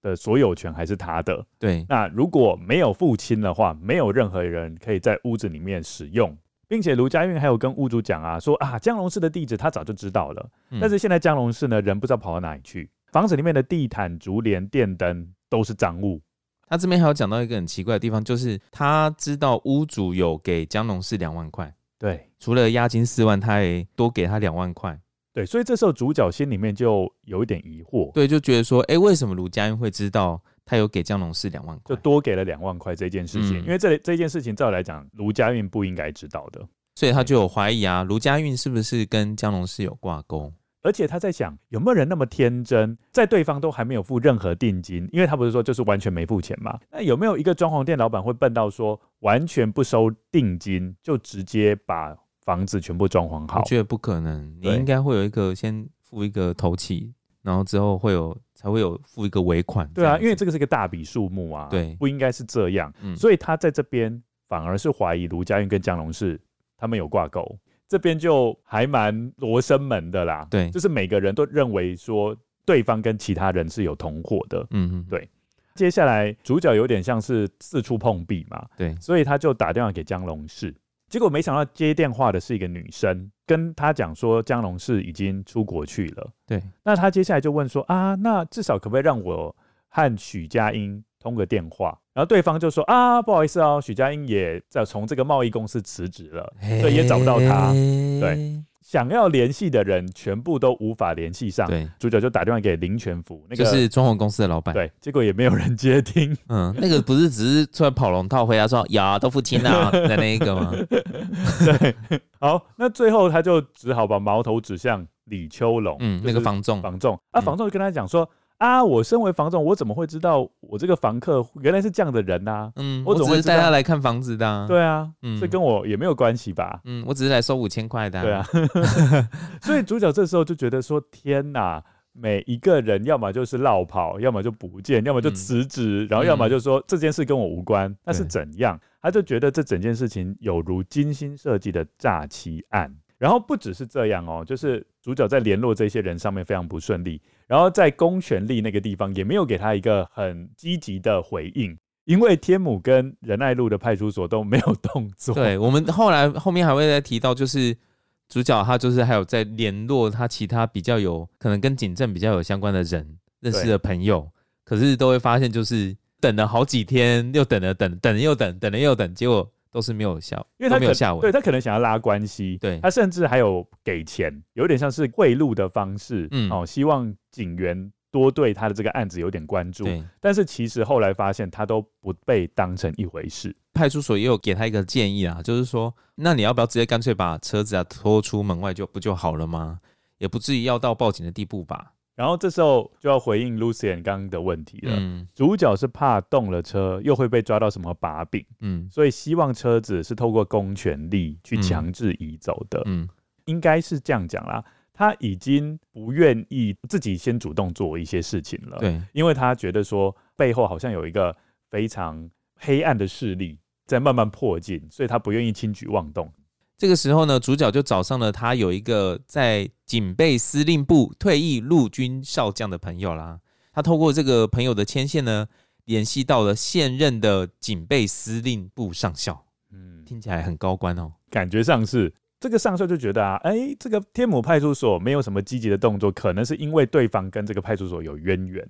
的所有权还是他的。
对，
那如果没有父亲的话，没有任何人可以在屋子里面使用，并且卢家韵还有跟屋主讲啊，说啊江龙市的地址他早就知道了，
嗯
但是现在江龙市呢人不知道跑到哪里去，房子里面的地毯、竹帘、电灯都是赃物。
她这边还有讲到一个很奇怪的地方，就是她知道屋主有给江龙氏两万块，
对
除了押金四万，她也多给他两万块。
对，所以这时候主角心里面就有一点疑惑，
对，就觉得说，哎、为什么卢家韵会知道他有给江龙氏两万
就
块？
多给了两万块这件事情，
嗯
因为这这件事情照理来讲，卢家韵不应该知道的。
所以他就有怀疑啊，卢家韵是不是跟江龙氏有挂钩？
而且他在想，有没有人那么天真，在对方都还没有付任何定金，因为他不是说就是完全没付钱嘛？那有没有一个装潢店老板会笨到说完全不收定金，就直接把房子全部装潢好
我？觉得不可能，你
对
应该会有一个先付一个头期，然后之后会有才会有付一个尾款这
对啊
样，子。
因为这个是一个大笔数目啊，
对
不应该是这样。
嗯
所以他在这边反而是怀疑卢家韵跟江龙是他们有挂钩，这边就还蛮罗生门的啦。
对
就是每个人都认为说对方跟其他人是有同伙的。
嗯嗯
对接下来主角有点像是四处碰壁嘛，
对
所以他就打电话给江龙氏，结果没想到接电话的是一个女生，跟他讲说江龙氏已经出国去了。
对，
那他接下来就问说啊，那至少可不可以让我和许佳音通个电话？然后对方就说啊，不好意思哦，许佳音也在从这个贸易公司辞职了，所以也找不到他，
哎对
想要联系的人全部都无法联系上。
对，
主角就打电话给林全福，啊那个、
就是装潢公司的老板。
对，结果也没有人接听。
嗯，那个不是只是出来跑龙套回答说呀都付清了 的那一个吗？
好，那最后他就只好把矛头指向李秋龙，
嗯，
就是
那个房仲，
房仲啊，
嗯
房仲就跟他讲说、啊，我身为房仲，我怎么会知道我这个房客原来是这样的人啊呐、
嗯，
我
我
怎
只
么会
是
知道
带他来看房子的、啊。，
对啊，
嗯
这跟我也没有关系吧？
嗯，我只是来收五千块的、
对啊，， 所以主角这时候就觉得说，天哪！每一个人要么就是落跑，要么就不见，要么就
嗯
辞职，然后要么就说、这件事跟我无关，那是
对
怎样？他就觉得这整件事情有如精心设计的诈欺案。然后不只是这样哦，就是主角在联络这些人上面非常不顺利，然后在公权力那个地方也没有给他一个很积极的回应，因为天母跟仁爱路的派出所都没有动作。
对，我们后来后面还会再提到，就是主角他就是还有在联络他其他比较有可能跟警政比较有相关的人认识的朋友，可是都会发现就是等了好几天，又等了等等了又等，等了又等，结果都是没有效，
因为他
都没
可
有下
对
文。
他可能想要拉关系，
对
他甚至还有给钱，有点像是贿赂的方式，
嗯
哦，希望警员多对他的这个案子有点关注。
对，
但是其实后来发现他都不被当成一回事，
派出所也有给他一个建议啊，就是说，那你要不要直接干脆把车子啊拖出门外就不就好了吗？也不至于要到报警的地步吧？
然后这时候就要回应 Lucian 刚刚的问题了。
嗯
主角是怕动了车又会被抓到什么把柄，
嗯
所以希望车子是透过公权力去强制移走的，
嗯，
应该是这样讲啦。他已经不愿意自己先主动做一些事情了，，
对，
因为他觉得说背后好像有一个非常黑暗的势力在慢慢迫近，所以他不愿意轻举妄动。
这个时候呢，主角就找上了他有一个在警备司令部退役陆军少将的朋友啦。他透过这个朋友的牵线呢，联系到了现任的警备司令部上校，
嗯，
听起来很高官哦。
感觉上是这个上校就觉得啊，哎、这个天母派出所没有什么积极的动作，可能是因为对方跟这个派出所有渊源，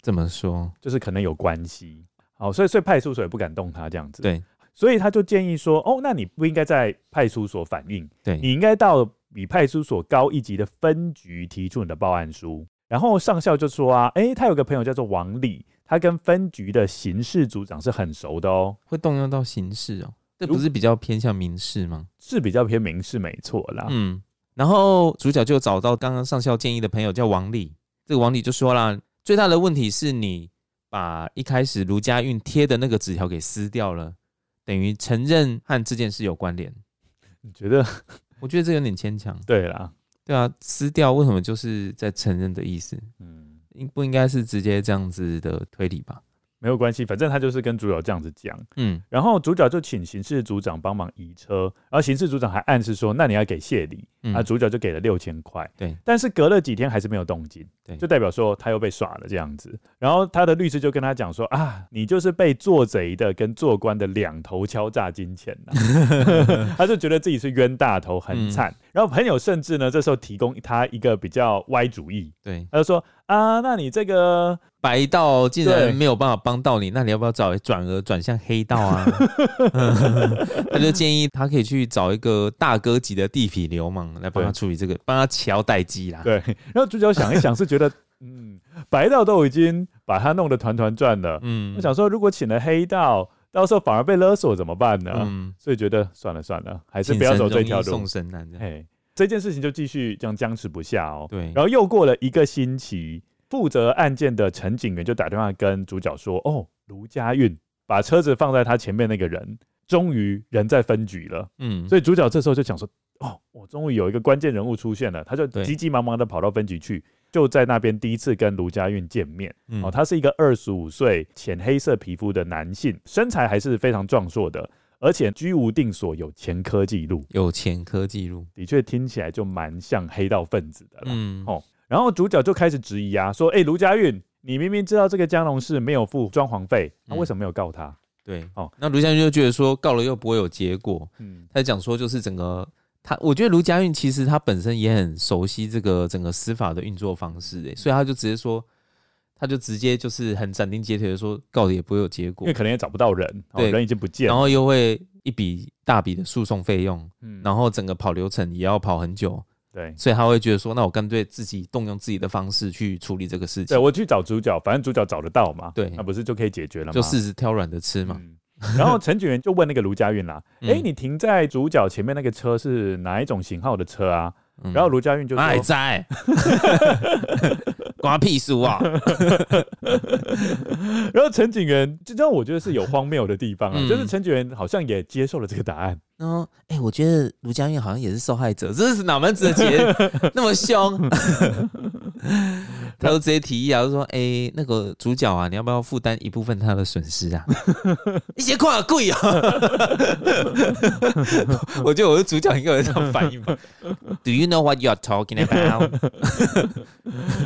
这么说，
就是可能有关系。好，所以所以派出所也不敢动他这样子。
对
所以他就建议说，哦，那你不应该在派出所反映，
对，
你应该到比派出所高一级的分局提出你的报案书。然后上校就说啊，诶，他有个朋友叫做王丽，他跟分局的刑事组长是很熟的哦，
会动用到刑事哦，这
如
不是比较偏向民事吗？
是比较偏民事没错啦。
嗯，然后主角就找到刚刚上校建议的朋友叫王丽，这个王丽就说啦，最大的问题是你把一开始卢家运贴的那个纸条给撕掉了，等于承认和这件事有关联。
你觉得
我觉得这有点牵强，
对啦，
对啊，撕掉为什么就是在承认的意思？
嗯，
应不应该是直接这样子的推理吧？
没有关系，反正他就是跟主角这样子讲。
嗯，
然后主角就请刑事组长帮忙移车，然后刑事组长还暗示说，那你要给谢礼，
嗯
啊，主角就给了六千块，
对
但是隔了几天还是没有动静，
对
就代表说他又被耍了这样子。然后他的律师就跟他讲说啊，你就是被做贼的跟做官的两头敲诈金钱、 啊，他就觉得自己是冤大头，很惨。
嗯
然后朋友甚至呢，这时候提供他一个比较歪主意，
对，
他就说啊，那你这 个
白道竟然
对
没有办法帮到你，那你要不要找转而转向黑道啊？ 他就建议他可以去找一个大哥级的地痞流氓来帮他
对
处理这个，帮他敲代机啦。
对，然后主角想一想是觉得，嗯，白道都已经把他弄得团团转了，
嗯
我，想说如果请了黑道，到时候反而被勒索怎么办呢？
嗯，
所以觉得算了算了，啊还是不要走这
谨慎容
条
易
路
送。神难这样。
哎，这件事情就继续这样僵持不下哦。
对
然，后又过了一个星期，负责案件的陈警员就打电话跟主角说：“哦，卢家运把车子放在他前面那个人，终于人在分局了。”
嗯，
所以主角这时候就想说：“哦，我终于有一个关键人物出现了。”他就
对
急急忙忙的跑到分局去，就在那边第一次跟卢家运见面。
嗯
哦，他是一个二十五岁、浅黑色皮肤的男性，身材还是非常壮硕的，而且居无定所，有前科记录，
有前科记录。
的确听起来就蛮像黑道分子的啦。
嗯，
哦然后主角就开始质疑啊，说：“哎、卢家运，你明明知道这个江龙市没有付装潢费，那、
嗯
为什么没有告他
对。
哦
那卢家运就觉得说告了又不会有结果，？”
嗯，
他讲说就是整个他，我觉得卢家运其实他本身也很熟悉这个整个司法的运作方式，诶，所以他就直接说，他就直接就是很斩钉截铁的说，告的也不会有结
因
果
为，可能也找不到人，哦、
对
人已经不见
然
了。
后又会一笔大笔的诉讼费用，
嗯
然后整个跑流程也要跑很久，
对。
所以他会觉得说，那我干脆自己动用自己的方式去处理这个事
对
情，
我去找主角，反正主角找得到嘛，
对
那不是就可以解决了吗？
就柿子挑软的吃嘛。
嗯。然后陈景元就问那个卢家运啦，
嗯
哎、你停在主角前面那个车是哪一种型号的车啊？
嗯
然后卢家运就说，
哎在， 瓜屁书啊！
然后陈景元，这让我觉得是有荒谬的地方啊，
嗯
就是陈景元好像也接受了这个答案，
然后，哎、我觉得卢家韵好像也是受害者，这是哪门子的姐 那么凶？他就直接提议啊，就说：“哎、那个主角啊，你要不要负担一部分他的损失啊？ 一些块贵啊！” 我觉得我的主角应该有这样反应吧。Do you know what you are talking about？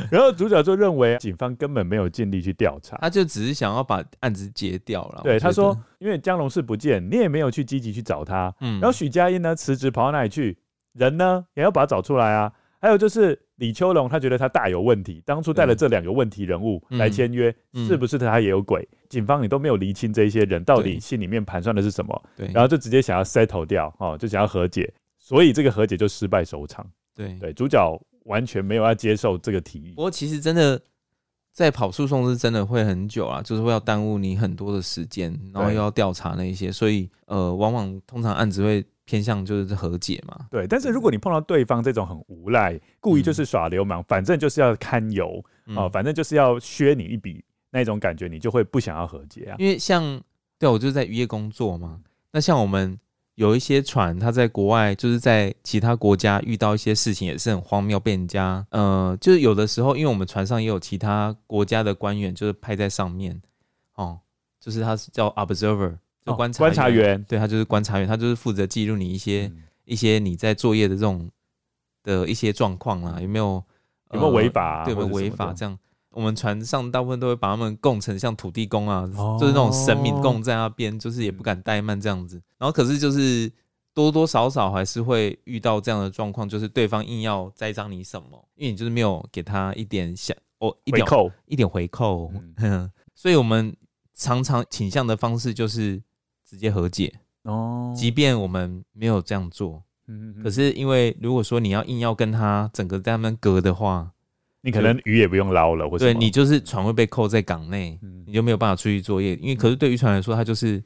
然后主角就认为警方根本没有尽力去调查。
他就只是想要把案子结掉了。我
对，
觉
他
得
说，因为江龙是不见，你也没有去积极去找他。
嗯
然后许家印呢，辞职跑到哪里去？人呢，也要把他找出来啊。还有就是李秋龙，他觉得他大有问题，当初带了这两个问题人物
嗯
来签约，
嗯
是不是他也有鬼？警方你都没有厘清这些人到底
对
心里面盘算的是什么，
对，
然后就直接想要 settle 掉哦，就想要和解，所以这个和解就失败收场。
对
对，主角完全没有要接受这个提议
不。过其实真的在跑诉讼是真的会很久啊，就是会要耽误你很多的时间，然后
对
又要调查那一些，所以呃，往往通常案子会偏向就是和解嘛。
对，但是如果你碰到对方这种很无赖，故意就是耍流氓，反正就是要堪油
嗯
哦，反正就是要削你一笔那种感觉，你就会不想要和解啊。
因为像对啊我就是在渔业工作嘛，那像我们有一些船，它在国外就是在其他国家遇到一些事情也是很荒谬，被人家呃，就是有的时候，因为我们船上也有其他国家的官员，就是派在上面哦，就是他是叫 observer，就
哦
观察、
观察员，
对他就是观察员，他就是负责记录你一些、
嗯
一些你在作业的这种的一些状况啦，有没有
嗯有没有
呃
违法啊
对，有没有
或者
违
什么的
法？这样，我们船上大部分都会把他们供成像土地公啊，
哦
就是那种神明供在那边，就是也不敢怠慢这样子。然后可是就是多多少少还是会遇到这样的状况，就是对方硬要栽赃你什么，因为你就是没有给他一点想哦一
回
点
扣，嗯
一点回扣， 所以我们常常倾向的方式就是直接和解，
哦
即便我们没有这样做。
嗯嗯嗯
可是因为如果说你要硬要跟他整个在那边隔的话，
你可能鱼也不用捞了，或什
对
么
你就是船会被扣在港内，
嗯
你就没有办法出去作业。因为可是对渔船来说，他就是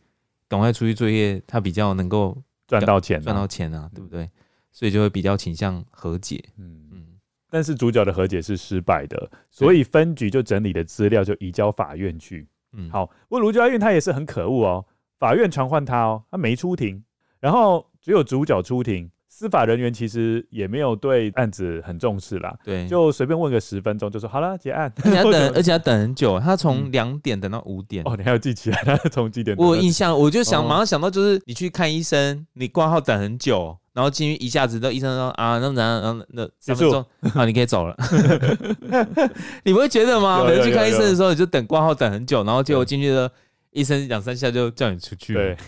赶快出去作业，他比较能够
赚到钱嗯了，
赚到钱啊，对不对？所以就会比较倾向和解。
嗯。
嗯，
但是主角的和解是失败的，所以分局就整理的资料就移交法院去。
嗯，
好，不过卢家院他也是很可恶哦，法院传唤他哦，他没出庭，然后只有主角出庭，司法人员其实也没有对案子很重视啦，
对，
就随便问个十分钟就说好了结案。
而且要
或者
等，而且要等很久，他从
嗯
两点等到五点。
哦，你还要记起来他从几点？
我有印象，我就想
哦
马上想到，就是你去看医生，你挂号等很久，然后进去一下子，到医生说啊，那然后那那三分钟啊，你可以走了。 你不会觉得吗？
有
可能
有
去看医生
有
的
有
时候，你就等挂号等很久，然后结果进去的医生两三下就叫你出去了
对，，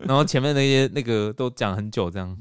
然后前面那些那个都讲很久， 这样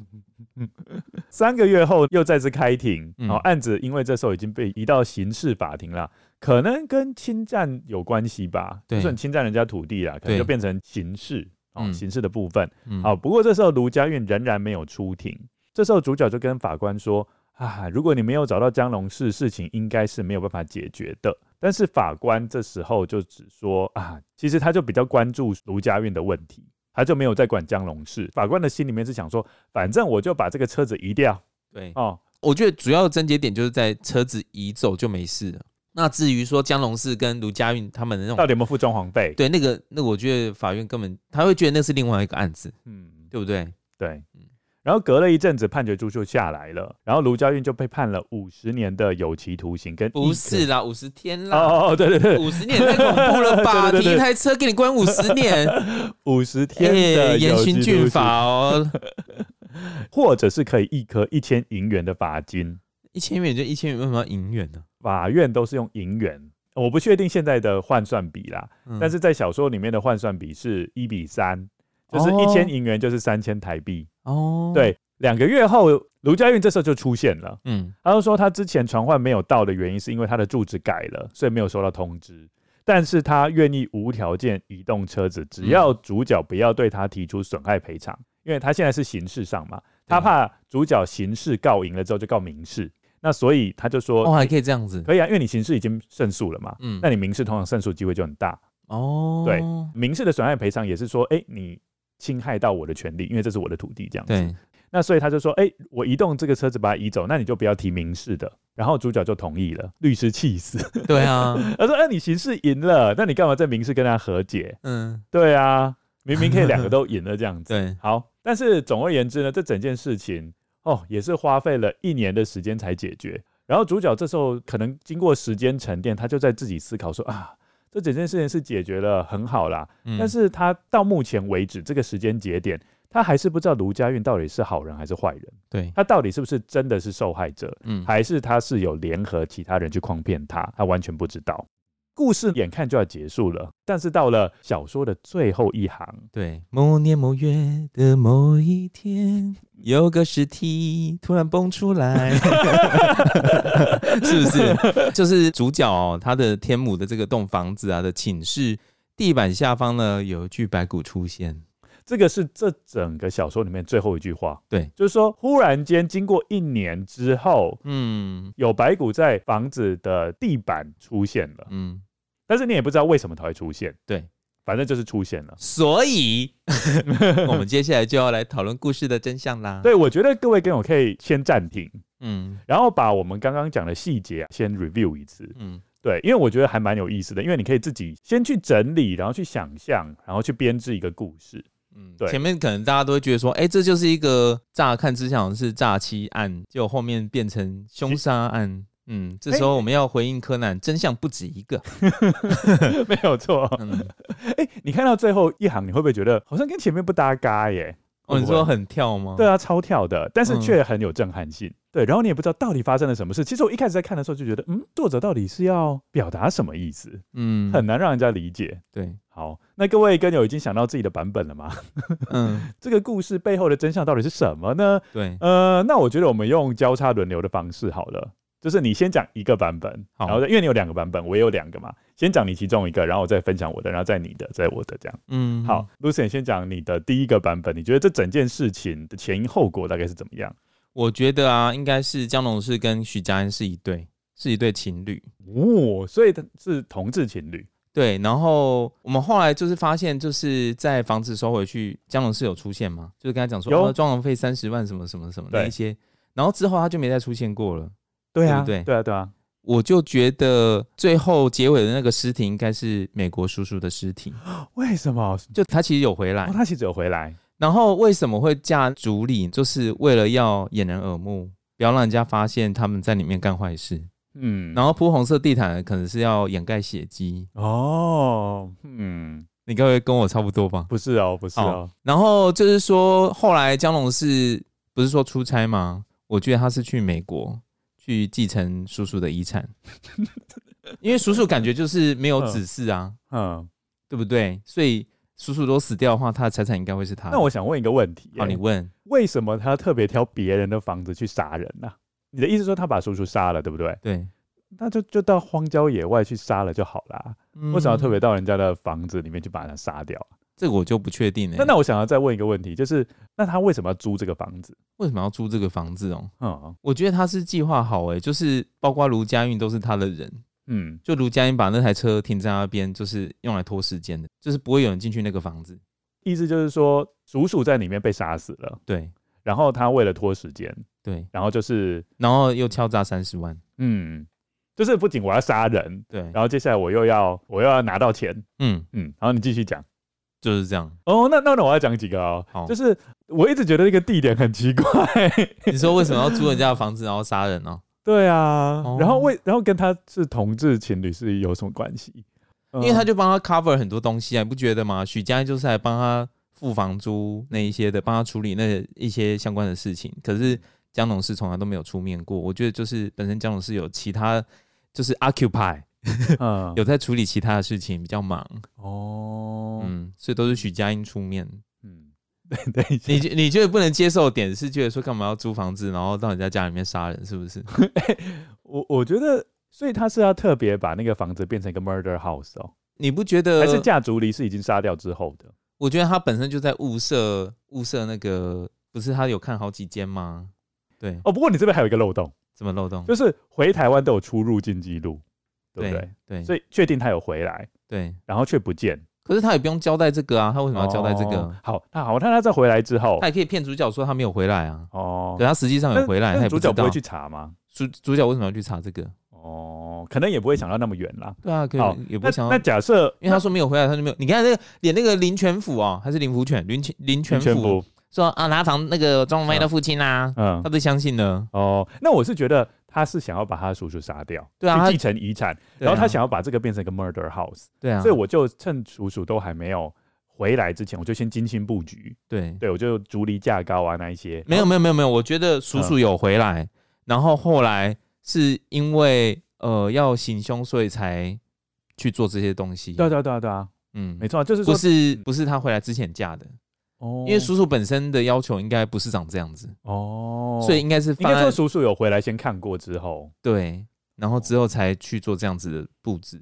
三个月后又再次开庭，
嗯
哦，案子因为这时候已经被移到刑事法庭了，可能跟侵占有关系吧，
对
就是你侵占人家土地了，可能
对
就变成刑事哦，
嗯
刑事的部分。
嗯，
好，不过这时候卢家院仍然没有出庭，这时候主角就跟法官说啊，如果你没有找到江龙氏，事情应该是没有办法解决的。但是法官这时候就只说啊，其实他就比较关注卢家院的问题，他就没有再管江龙氏。法官的心里面是想说，反正我就把这个车子移掉
对，
哦，
我觉得主要的症结点就是在车子移走就没事了。那至于说江龙氏跟卢家韵他们的那种
到底有没有付装潢费？
嗯对，那个那个我觉得法院根本他会觉得那是另外一个案子，
嗯，
对不对？
对
嗯。
然后隔了一阵子，判决书就下来了，然后卢家运就被判了五十年的有期徒刑，跟一
不是啦，五十天
哦
啦，
哦哦，对对对，
五十、年太恐怖了吧？
对对对对
停一台车给你关五十年，
五十 天
耶、
的
哎严
有
刑
期
峻
徒刑，
法哦，
或者是可以一颗一千银元的罚金。
一千元就一千元，为什么要银元呢、
法院都是用银元，我不确定现在的换算比啦，
嗯
但是在小说里面的换算比是一比三，就是
哦
一千银元就是三千台币。
哦，，
对，两个月后，卢家运这时候就出现了。
嗯，
他就说他之前传唤没有到的原因是因为他的住址改了，所以没有收到通知。但是他愿意无条件移动车子，只要主角不要对他提出损害赔偿，因为他现在是刑事上嘛，他怕主角刑事告赢了之后就告民事，那所以他就说、
哦，还可以这样子，
可以啊，因为你刑事已经胜诉了嘛，
嗯
那，你民事通常胜诉机会就很大。
哦，
对民事的损害赔偿也是说，哎、你侵害到我的权利，因为这是我的土地这样子。
对，
那所以他就说：“哎、我移动这个车子把它移走，那你就不要提民事的。”然后主角就同意了，律师气死，
对啊，
他说：“哎、你刑事赢了，那你干嘛在民事跟他和解？
嗯，
对啊，明明可以两个都赢了这样子。
对，
好，但是总而言之呢，这整件事情哦，也是花费了一年的时间才解决。然后主角这时候可能经过时间沉淀，他就在自己思考说啊，这整件事情是解决了很好啦，
嗯
但是他到目前为止这个时间节点，他还是不知道卢家运到底是好人还是坏人，
对，
他到底是不是真的是受害者，
嗯，
还是他是有联合其他人去诓骗他，他完全不知道。故事眼看就要结束了，但是到了小说的最后一行，
对，某年某月的某一天，有个尸体突然蹦出来， 是不是？就是主角哦，他的天母的这个栋房子啊的寝室地板下方呢，有一具白骨出现。
这个是这整个小说里面最后一句话，
对，
就是说忽然间经过一年之后，
嗯
有白骨在房子的地板出现了，
嗯，
但是你也不知道为什么它会出现，
对，
反正就是出现了。
所 以我们接下来就要来讨论故事的真相啦。，
对，我觉得各位跟我可以先暂停，
嗯
然后把我们刚刚讲的细节啊先 review 一次。
嗯
对，因为我觉得还蛮有意思的，因为你可以自己先去整理，然后去想象，然后去编织一个故事。
嗯，
对
前面可能大家都会觉得说，哎、这就是一个乍看之下好像是诈欺案，结果后面变成凶杀案。嗯，这时候我们要回应柯南，真相不止一个。
没有错。
嗯，
哎、你看到最后一行，你会不会觉得好像跟前面不搭嘎耶？
哦，你
会
说
不会
很跳吗？
对啊，超跳的，但是
嗯
却很有震撼性。对，然后你也不知道到底发生了什么事。其实我一开始在看的时候就觉得，嗯，作者到底是要表达什么意思，
嗯，
很难让人家理解。
对，
好，那各位跟友已经想到自己的版本了吗？
嗯，
这个故事背后的真相到底是什么呢？
对，嗯
呃，那我觉得我们用交叉轮流的方式好了，就是你先讲一个版本，
好
然后再因为你有两个版本，我也有两个嘛，先讲你其中一个，然后我再分享我的，然后再你的，再我的这样。
嗯，
好，，Lucian 先讲你的第一个版本，你觉得这整件事情的前因后果大概是怎么样？
我觉得啊，应该是江龙士跟许佳恩是一对，是一对情侣。
哦，所以他是同志情侣，
对，然后我们后来就是发现，就是在房子收回去，江龙士有出现吗？就是跟他讲说，
有
哦，装潢费三十万什么什么什么
对
那一些，然后之后他就没再出现过了。
对
啊
对啊，对啊，
我就觉得最后结尾的那个尸体应该是美国叔叔的尸体，
为什么？哦，
就他其实有回来，
他其实有回来，
然后为什么会嫁主里？就是为了要掩人耳目，不要让人家发现他们在里面干坏事。
嗯，
然后铺红色地毯可能是要掩盖血迹，
哦，嗯，
你该不会跟我差不多吧？
不是哦，不是哦，
然后就是说，后来江龙是不是说出差吗？我觉得他是去美国去继承叔叔的遗产， 因为叔叔感觉就是没有子嗣啊，
嗯，
对不对？所以叔叔如果死掉的话，他的财产应该会是他的。哦
那我想问一个问题、
好，你问，
为什么他特别挑别人的房子去杀人呢、你的意思说他把叔叔杀了，对不对？
对，
那就就到荒郊野外去杀了就好啦。为什么要特
别？
别到人家的房子里面去把他杀掉？
嗯这个我就不确定欸了、
那那我想要再问一个问题，就是那他为什么要租这个房子？
为什么要租这个房子哦？
嗯
我觉得他是计划好诶、欸就是包括卢家运都是他的人，
嗯，
就卢家运把那台车停在那边，就是用来拖时间的，就是不会有人进去那个房子。
意思就是说叔叔在里面被杀死了，
对
然后他为了拖时间，
对，
然后就是
然后又敲诈三十万。
嗯，就是不仅我要杀人，
对，
然后接下来我又要我又要拿到钱，
嗯，
嗯，然后你继续讲。
就是这样。
哦，那那那我要讲几个哦，
好
就是我一直觉得这个地点很奇怪，
你说为什么要租人家的房子然后杀人哦呢、
对啊，
哦
然后为然后跟他是同志情侣是有什么关系？因
因为他就帮他 cover 很多东西啊，你不觉得吗？许佳就是来帮他付房租那一些的，帮他处理那一些相关的事情。可是江龙是从来都没有出面过，我觉得就是本身江龙是有其他就是 occupy
嗯
有在处理其他的事情，比较忙，
哦
嗯，所以都是许佳音出面。
嗯，对，等一下
你你觉得不能接受的点是觉得说干嘛要租房子，然后到人家家里面杀人，是不是？
我我觉得，所以他是要特别把那个房子变成一个 murder house 哦，
你不觉得
还是架竹离是已经杀掉之后的？
我觉得他本身就在物色物色那个，不是他有看好几间吗？对，
哦，不过你这边还有一个漏洞，
怎么漏洞？
就是回台湾都有出入境记录，对不对？
对
所以确定他有回来，
对，
然后却不见，
可是他也不用交代这个啊，他为什么要交代这个？
哦好，那好，那他再回来之后
他，也可以骗主角说他没有回来啊，
哦
可，他实际上
但
有嗯回来，
但
他也
主
不
角
知
不
道
会去。查吗？
主主角为什么要去查这个？
哦，可能也不会想到那么远啦。
对啊，可
好
以也不会想
那
到
那，假设
因为他说没有回来，他就没有。你看那个连那个林泉府哦，还是林福全，林泉林泉
全
府
部，
说啊，拿房那个庄梅的父亲啊，
嗯
他，都相信了。
哦，那我是觉得他是想要把他叔叔杀掉，
对啊
去
他
继承遗产，
对啊
然后他想要把这个变成一个 murder house，、
对啊，
所以我就趁叔叔都还没有回来之前，我就先精心布局，
对啊
对我就竹篱架高啊那一些，
没有没有没有没有，我觉得叔叔有回来，然后后来是因为呃要行凶，所以才去做这些东西。
对啊，对啊对啊对啊，
嗯
没，错啊，就是说
不是不是他回来之前嫁的，
哦
因为叔叔本身的要求应该不是长这样子，
哦，
所以应该是
应
放
该
在
说叔叔有回来先看过之后，
对，然后之后才去做这样子的布置。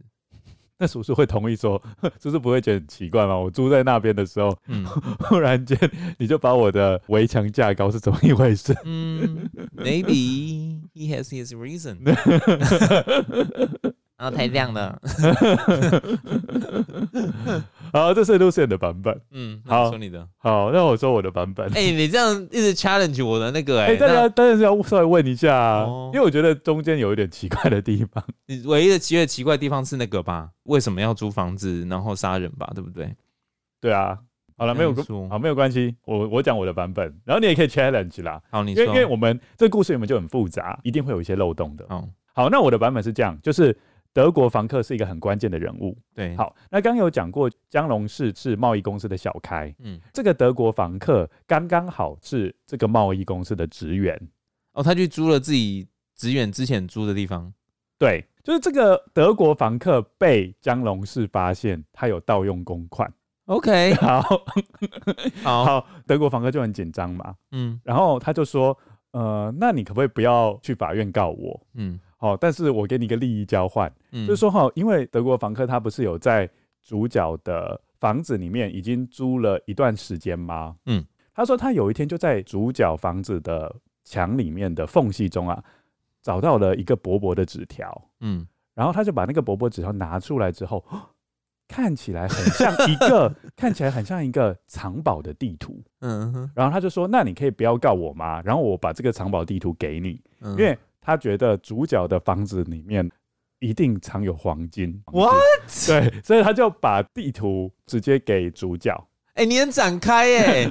那叔叔会同意说， 叔叔不会觉得很奇怪吗？我住在那边的时候，
嗯
忽然间你就把我的围墙架高是怎么一回事？
嗯，maybe he has his reason 。然后太亮了，
好，啊这是 Lucian 的版本。
嗯，
好
那你说你的。
好，那我说我的版 本。
哎、你这样一直 challenge 我的那个、
哎、
哎、
大家
那
当然是要稍微问一下啊、
哦
因为我觉得中间有一点奇怪的地方。
你唯一的觉得奇怪的地方是那个吧？为什么要租房子然后杀人吧？对不对？
对啊，好了，没有
那你说
好，没有关系，我我讲我的版本，然后你也可以 challenge 啦，
好，你
因
说，
为因为我们这故事原本就很复杂，一定会有一些漏洞的。
哦，
好，那我的版本是这样，就是德国房客是一个很关键的人物。
对，，
好，那刚刚有讲过，江龙市是贸易公司的小开，
嗯，
这个德国房客刚刚好是这个贸易公司的职员，
哦，他去租了自己职远之前租的地方，
对，就是这个德国房客被江龙市发现他有盗用公款，
OK，
好
好，
好，德国房客就很紧张嘛，
嗯
然后他就说，呃，那你可不可以不要去法院告我？
嗯
好，但是我给你一个利益交换，
嗯，
就是说哈，因为德国房客他不是有在主角的房子里面已经租了一段时间吗？
嗯，
他说他有一天就在主角房子的墙里面的缝隙中啊，找到了一个薄薄的纸条，
嗯，
然后他就把那个薄薄纸条拿出来之后，哦看起来很像一 个看起来很像一个藏宝的地图。
嗯哼
然后他就说：“那你可以不要告我吗？然后我把这个藏宝地图给你，
嗯，
因为他觉得主角的房子里面一定藏有黄金。
What？
对，所以他就把地图直接给主角。
哎、你很展开 耶、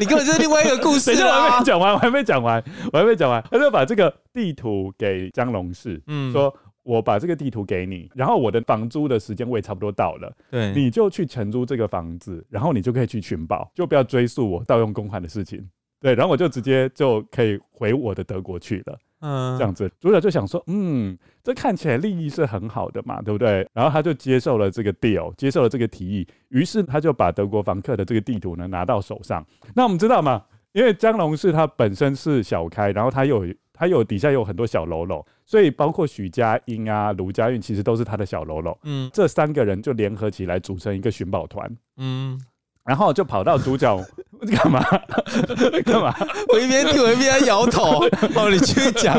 你根本就是另啊外一个故事
等一下，我还
啦
没。讲完，我还没讲完，我还没讲完。他就把这个地图给张龙氏，
嗯，
说：“我把这个地图给你，然后我的房租的时间我也差不多到了，
对，
你就去承租这个房子，然后你就可以去寻宝，就不要追溯我盗用公款的事情。”对，然后我就直接就可以回我的德国去了。
嗯
这样子，主角就想说，嗯，这看起来利益是很好的嘛，对不对？然后他就接受了这个 deal，接受了这个提议，于是他就把德国房客的这个地图呢拿到手上。那我们知道嘛，因为江龙是他本身是小开，然后他有他有底下有很多小喽啰，所以包括许家印啊、卢家运其实都是他的小喽啰。
嗯
这三个人就联合起来组成一个寻宝团，
嗯，
然后就跑到主角干嘛 干嘛？
我一边听我一边在摇 头。哦，你继续讲。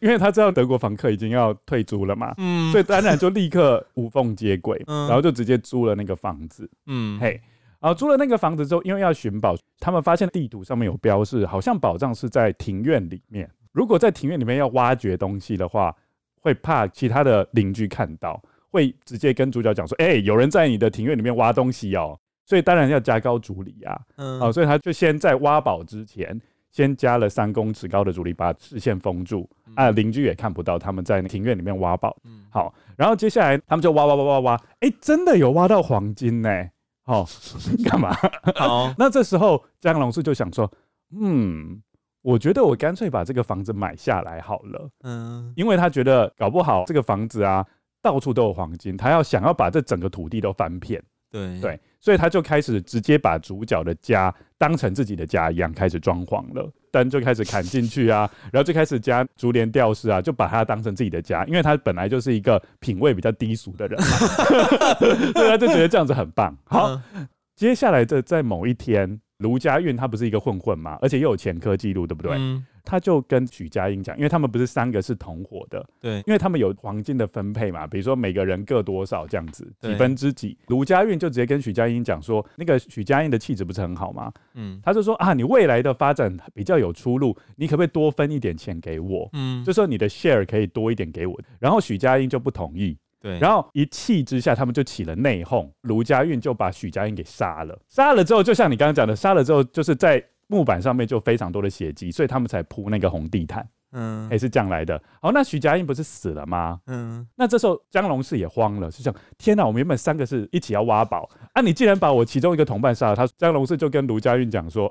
因为他知道德国房客已经要退租了嘛，
嗯，
所以当然就立刻无缝接轨，
嗯
然后就直接租了那个房子。
嗯，
嘿，然后租了那个房子之后，因为要寻宝，他们发现地图上面有标示，好像宝藏是在庭院里面。如果在庭院里面要挖掘东西的话，会怕其他的邻居看到，会直接跟主角讲说：“哎、有人在你的庭院里面挖东西哦。”所以当然要加高竹篱啊。
嗯，
哦，所以他就先在挖宝之前，先加了三公尺高的竹篱，把视线封住
嗯
啊，邻居也看不到他们在庭院里面挖宝。
嗯
好，然后接下来他们就挖挖挖挖挖，哎、真的有挖到黄金呢、哦，干嘛？
好，
那这时候江龙树就想说，嗯，我觉得我干脆把这个房子买下来好了，
嗯
因为他觉得搞不好这个房子啊到处都有黄金，他要想要把这整个土地都翻遍。
对，
对，所以他就开始直接把主角的家当成自己的家一样开始装潢了，灯就开始砍进去啊，然后就开始加竹帘吊饰啊，就把它当成自己的家，因为他本来就是一个品味比较低俗的人嘛， 所以他就觉得这样子很棒。好，
嗯，
接下来的在某一天。卢家运他不是一个混混嘛，而且又有前科记录，对不对？
嗯
他就跟许家印讲，因为他们不是三个是同伙的，
对
因为他们有黄金的分配嘛，比如说每个人各多少这样子，
对
几分之几。卢家运就直接跟许家印讲说，那个许家印的气质不是很好嘛，
嗯
他就说啊，你未来的发展比较有出路，你可不可以多分一点钱给我？
嗯，
就说你的 share 可以多一点给我。然后许家印就不同意，
对，
然后一气之下，他们就起了内讧，卢家运就把许家印给杀了。杀了之后，就像你刚刚讲的，杀了之后就是在。木板上面就非常多的血迹，所以他们才铺那个红地毯，
嗯
哎、是这样来的。好，那许家印不是死了吗？
嗯
那这时候江龙氏也慌了，是想：天哪，我们原本三个是一起要挖宝啊，你竟然把我其中一个同伴杀了。他江龙氏就跟卢家运讲说：“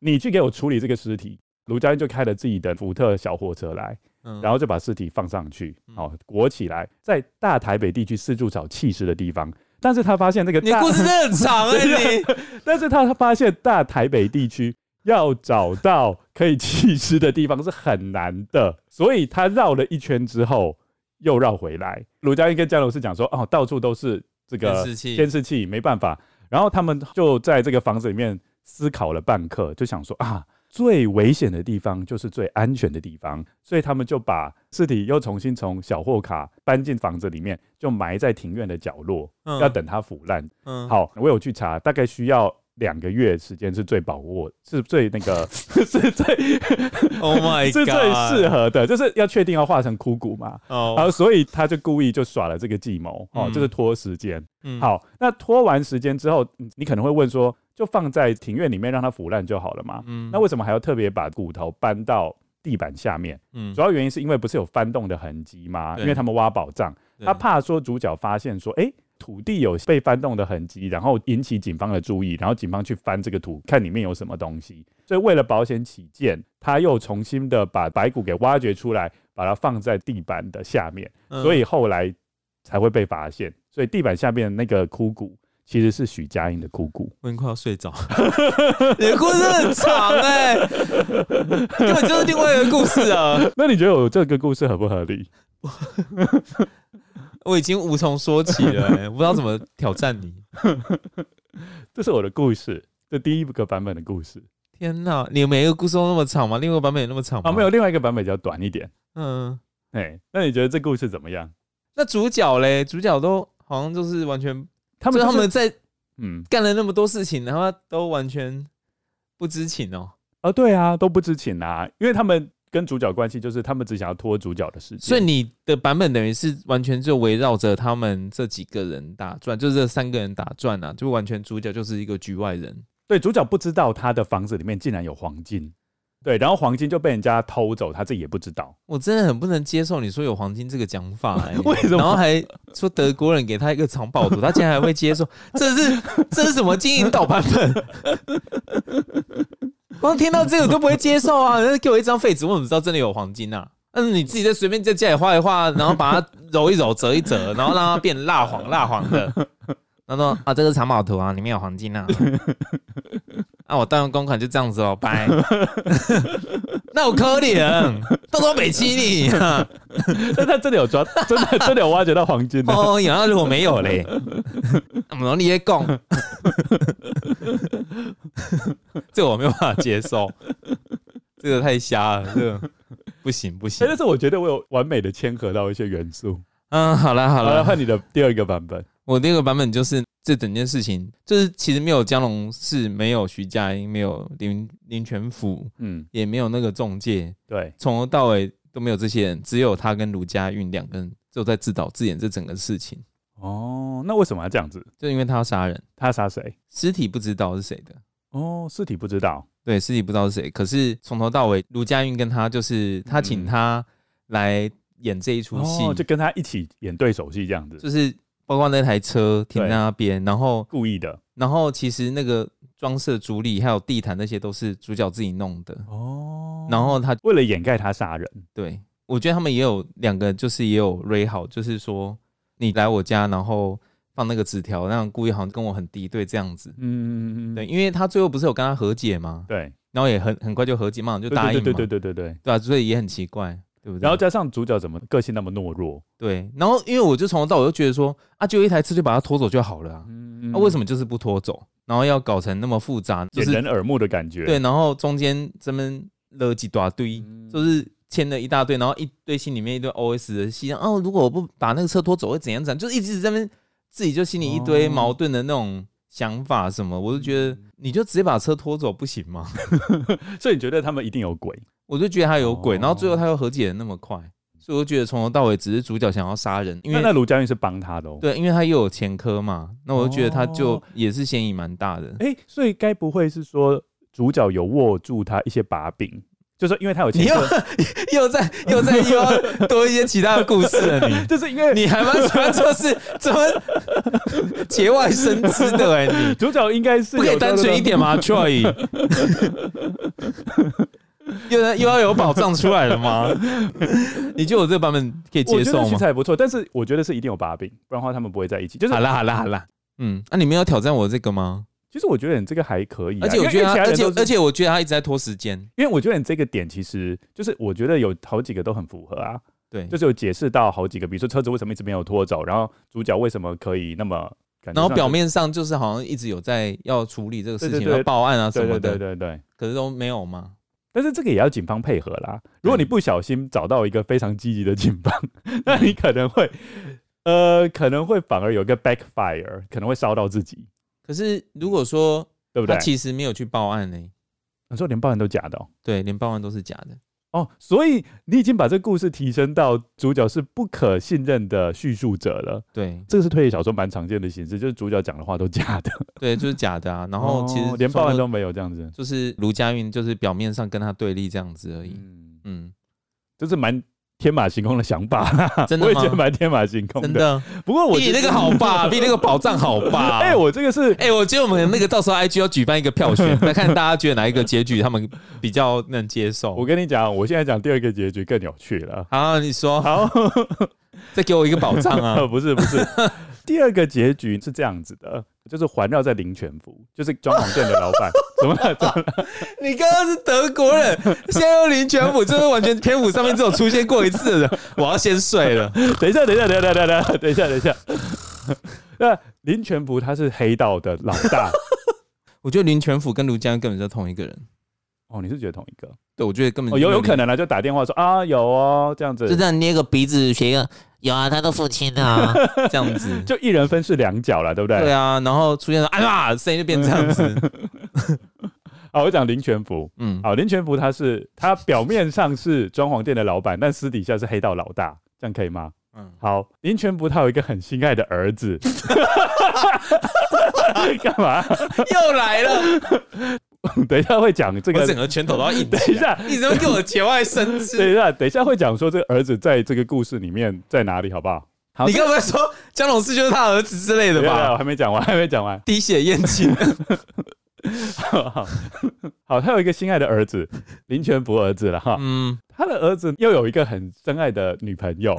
你去给我处理这个尸体。”卢家运就开了自己的福特小货车来，
嗯，
然后就把尸体放上去，
嗯
哦，裹起来，在大台北地区四处找弃尸的地方，但是他发现那个
你
大
故事真的很 长哎、你
但是他发现大台北地区要找到可以弃尸的地方是很难的，所以他绕了一圈之后又绕回来。卢家英跟江龙是讲说，哦，到处都是这个
监视器
监视器，没办法。然后他们就在这个房子里面思考了半刻，就想说啊，最危险的地方就是最安全的地方，所以他们就把尸体又重新从小货卡搬进房子里面，就埋在庭院的角落，
嗯
要等它腐烂。
嗯，
好，我有去查，大概需要两个月时间是最把握，是最那 个，是最
，Oh my
是
god，
最适合的，就是要确定要化成枯骨嘛。然
哦，
后，所以他就故意就耍了这个计谋，哦，
嗯
就是拖时间。
嗯，
好，那拖完时间之后，你你可能会问说，就放在庭院里面让它腐烂就好了嘛？
嗯，
那为什么还要特别把骨头搬到地板下面？
嗯
主要原因是因为不是有翻动的痕迹吗？
对
因为他们挖宝藏，
对
他怕说主角发现说，哎、土地有被翻动的痕迹，然后引起警方的注意，然后警方去翻这个土，看里面有什么东西。所以为了保险起见，他又重新的把白骨给挖掘出来，把它放在地板的下面，
嗯
所以后来才会被发现。所以地板下面的那个枯骨其实是许家印的枯骨。
我已经快要睡着， 你的故事很长哎、根本就是另外一个故事啊！
那你觉得我这个故事合不合理？
我已经无从说起了、欸，我不知道怎么挑战你。
这是我的故事，这第一个版本的故事。
天哪，你每一个故事都那么长吗？另外一个版本有那么长吗？
啊，没有，，另外一个版本比较短一点。
嗯，
哎，那你觉得这故事怎么样？
那主角嘞？主角都好像就是完全，
他
就是他
们就是
们在
嗯
干了那么多事情，然后都完全不知情哦、
啊，对啊，都不知情啊，因为他们跟主角关系就是他们只想要拖主角的时间。
所以你的版本等于是完全就围绕着他们这几个人打转，就是这三个人打转啊，就完全主角就是一个局外人。
对主角不知道他的房子里面竟然有黄金，对，然后黄金就被人家偷走，他自己也不知道。
我真的很不能接受你说有黄金这个讲法、欸，
为什么
然后还说德国人给他一个藏宝图，他竟然还会接受，这是 这是什么金银岛版本？ 光听到这个我都不会接受啊！人家给我一张废纸，我怎么知道真的有黄金啊？嗯，你自己在随便在家里画一画，然后把它揉一揉、折一折，然后让它变蜡黄蜡黄的。他说啊，这个是藏宝图啊，里面有黄金啊。 啊，我盗用公款就这样子哦，拜。那我可怜，到时候北七你、啊。
但他真的有抓，真的真的有挖掘到黄 金的。
哦，然后如果没有嘞，然后你也讲，这我没有办法接受，这个太瞎了，这个不行不
哎
行
但。是我觉得我有完美的嵌合到一些元素。
嗯，好了好
好了，
了，
换你的第二个版本。
我第二个版本就是这整件事情，就是其实没有江龙是没有徐佳莹，没有林林全福，
嗯，
也没有那个中介，
对，
从头到尾都没有这些人，只有他跟卢佳韵两个人就在自导自演这整个事情，
哦，那为什么要这样子？
就因为他要杀人，
他杀谁？
尸体不知道是谁的。
哦，尸体不知道。
对，尸体不知道是谁，可是从头到尾，卢佳韵跟他就是他请他来演这一出戏，
嗯哦，就
就
跟他一起演对手戏这样子，
是包括那台车停在那边，然后
故意的。
然后其实那个装饰的主理还有地毯那些都是主角自己弄的，
哦
然后他
为了掩盖他杀人，
对我觉得他们也有两个就是也有 r 好，就是说你来我家，然后放那个纸条，那样故意好像跟我很敌对这样子。
嗯，
对，因为他最后不是有跟他和解吗？
对，
然后也很很快就和解嘛，马上就
对
答应嘛，
对对对对对对。
对啊，所以也很奇怪，对不对？
然后加上主角怎么个性那么懦弱，
对，然后因为我就从头到尾就觉得说，啊，就一台车就把它拖走就好了啊，
嗯
那、为什
么
么就是不拖走，然后要搞成那么复杂，就
掩
是
人耳目的感觉？
对，然后中间这么了几大堆，
嗯
就是签了一大堆，然后一堆心里面一堆 OS 的戏，哦，如果我不把那个车拖走会怎样怎啊样，就是一直在那边自己就心里一堆
哦嗯
矛盾的那种想法什么，我就觉得你就直接把车拖走不行吗？
所以你觉得他们一定有鬼？
我就觉得他有鬼，
哦
然后最后他又和解的那么快，所以我就觉得从头到尾只是主角想要杀人，因
那
为
那卢家韵是帮他的哦。，
对，因为他又有前科嘛，那我就觉得他就
哦
也是嫌疑蛮大的。
哎，所以该不会是说主角有握住他一些把柄？就是因为他有前
你又
科，
又在又在又要多一些其他的故事 了，你
就是因为
你还蛮喜欢就是怎 么节外生枝的哎、你
主角应该 是
不可以
有
单
这
纯
个
一点吗，Troy？又又要有宝藏出来了吗？ 你觉得我这个版本可以接
我觉得
受
取
吗？
材不错，但是我觉得是一定有把柄，不然的话他们不会在一起。就是
好啦好啦好啦，嗯，那、你们要挑战我这个吗？
其实我觉得你这个还可以啊、
而且我
因为
觉得他，而且
因为其他人都
而
是
且我觉得他一直在拖时间。
因为我觉得你这个点其实就是我觉得有好几个都很符合啊，
对，
就是有解释到好几个，比如说车子为什么一直没有拖走，然后主角为什么可以那么
然
感觉上
后
就，
表面上就是好像一直有在要处理这个事情，
对对对
要报案啊什
对
么
对
的，
对对对。
可是都没有嘛。
但是这个也要警方配合啦。如果你不小心找到一个非常积极的警方， 那你可能会，呃，可能会反而有一个 backfire，可能会烧到自己，
可是如果说
对不对
他？其实没有去报案呢、
你说连报案都假的哦、
对，连报案都是假的。
哦，所以你已经把这故事提升到主角是不可信任的叙述者了。
对
这个是推理小说蛮常见的形式，就是主角讲的话都假的，
对，就是假的啊。然后其实
哦连报案
说
都没有这样子。
就是卢佳韵，就是表面上跟他对立这样子而已。
嗯，
嗯，
就是蛮天马行空的想法啦，
真的吗
我也觉得蛮天马行空
真的
不过我
比你那个好吧，比你那个宝藏好吧。
哎、我这个是
哎、我觉得我们那个到时候 IG 要举办一个票 选，来看大家觉得哪一个结局他们比较能接
我
受。
跟你讲，我现在讲第二个结局更有趣 了。
好，你说，
好，
再给我一个宝藏 啊！
不是不 是，第二个结局是这样子的，就是环绕在林泉福，就是装潢店的老 板，怎么了？怎么了？
你刚刚是德国 人，现在又林全谱，就是完全篇幅上面只有出现过一次 的，我要先睡了。
等一下，等一下，等一下，等一下，等一下，等一下。 那林泉福他是黑道的老 大
我觉得林全甫跟卢江根本就是同一个人，
哦，你是觉得同一个？
对我觉得根本
哦，
就
有
没
有可能啊，就打电话说啊，有哦，这样子
就，这样捏个鼻子学一个，有啊，他都父亲啊，
这样子。
就一人分饰两角了，对不对？
对啊，然后出现了哎呀，声音就变这样子。
好，哦我讲林泉福。
嗯，
哦好，林泉福他是他表面上是装潢店的老板，但私底下是黑道老大，这样可以吗？
嗯
好，林泉福他有一个很心爱的儿子， 干嘛？
又来了，
等一下会讲这
我
个，
整
等
个拳头都要硬
一
起来，
下，
一直都给我节外生
等
枝。
一下，等一下会讲说这个儿子在这个故事里面在哪里，好不好？好
你该不会说江龙士就是他儿子之类的
对
吧？
我还没讲完，还没讲完。
滴血验亲，
好，好他有一个心爱的儿子，林泉福儿子了哈。
嗯，
他的儿子又有一个很深爱的女朋友，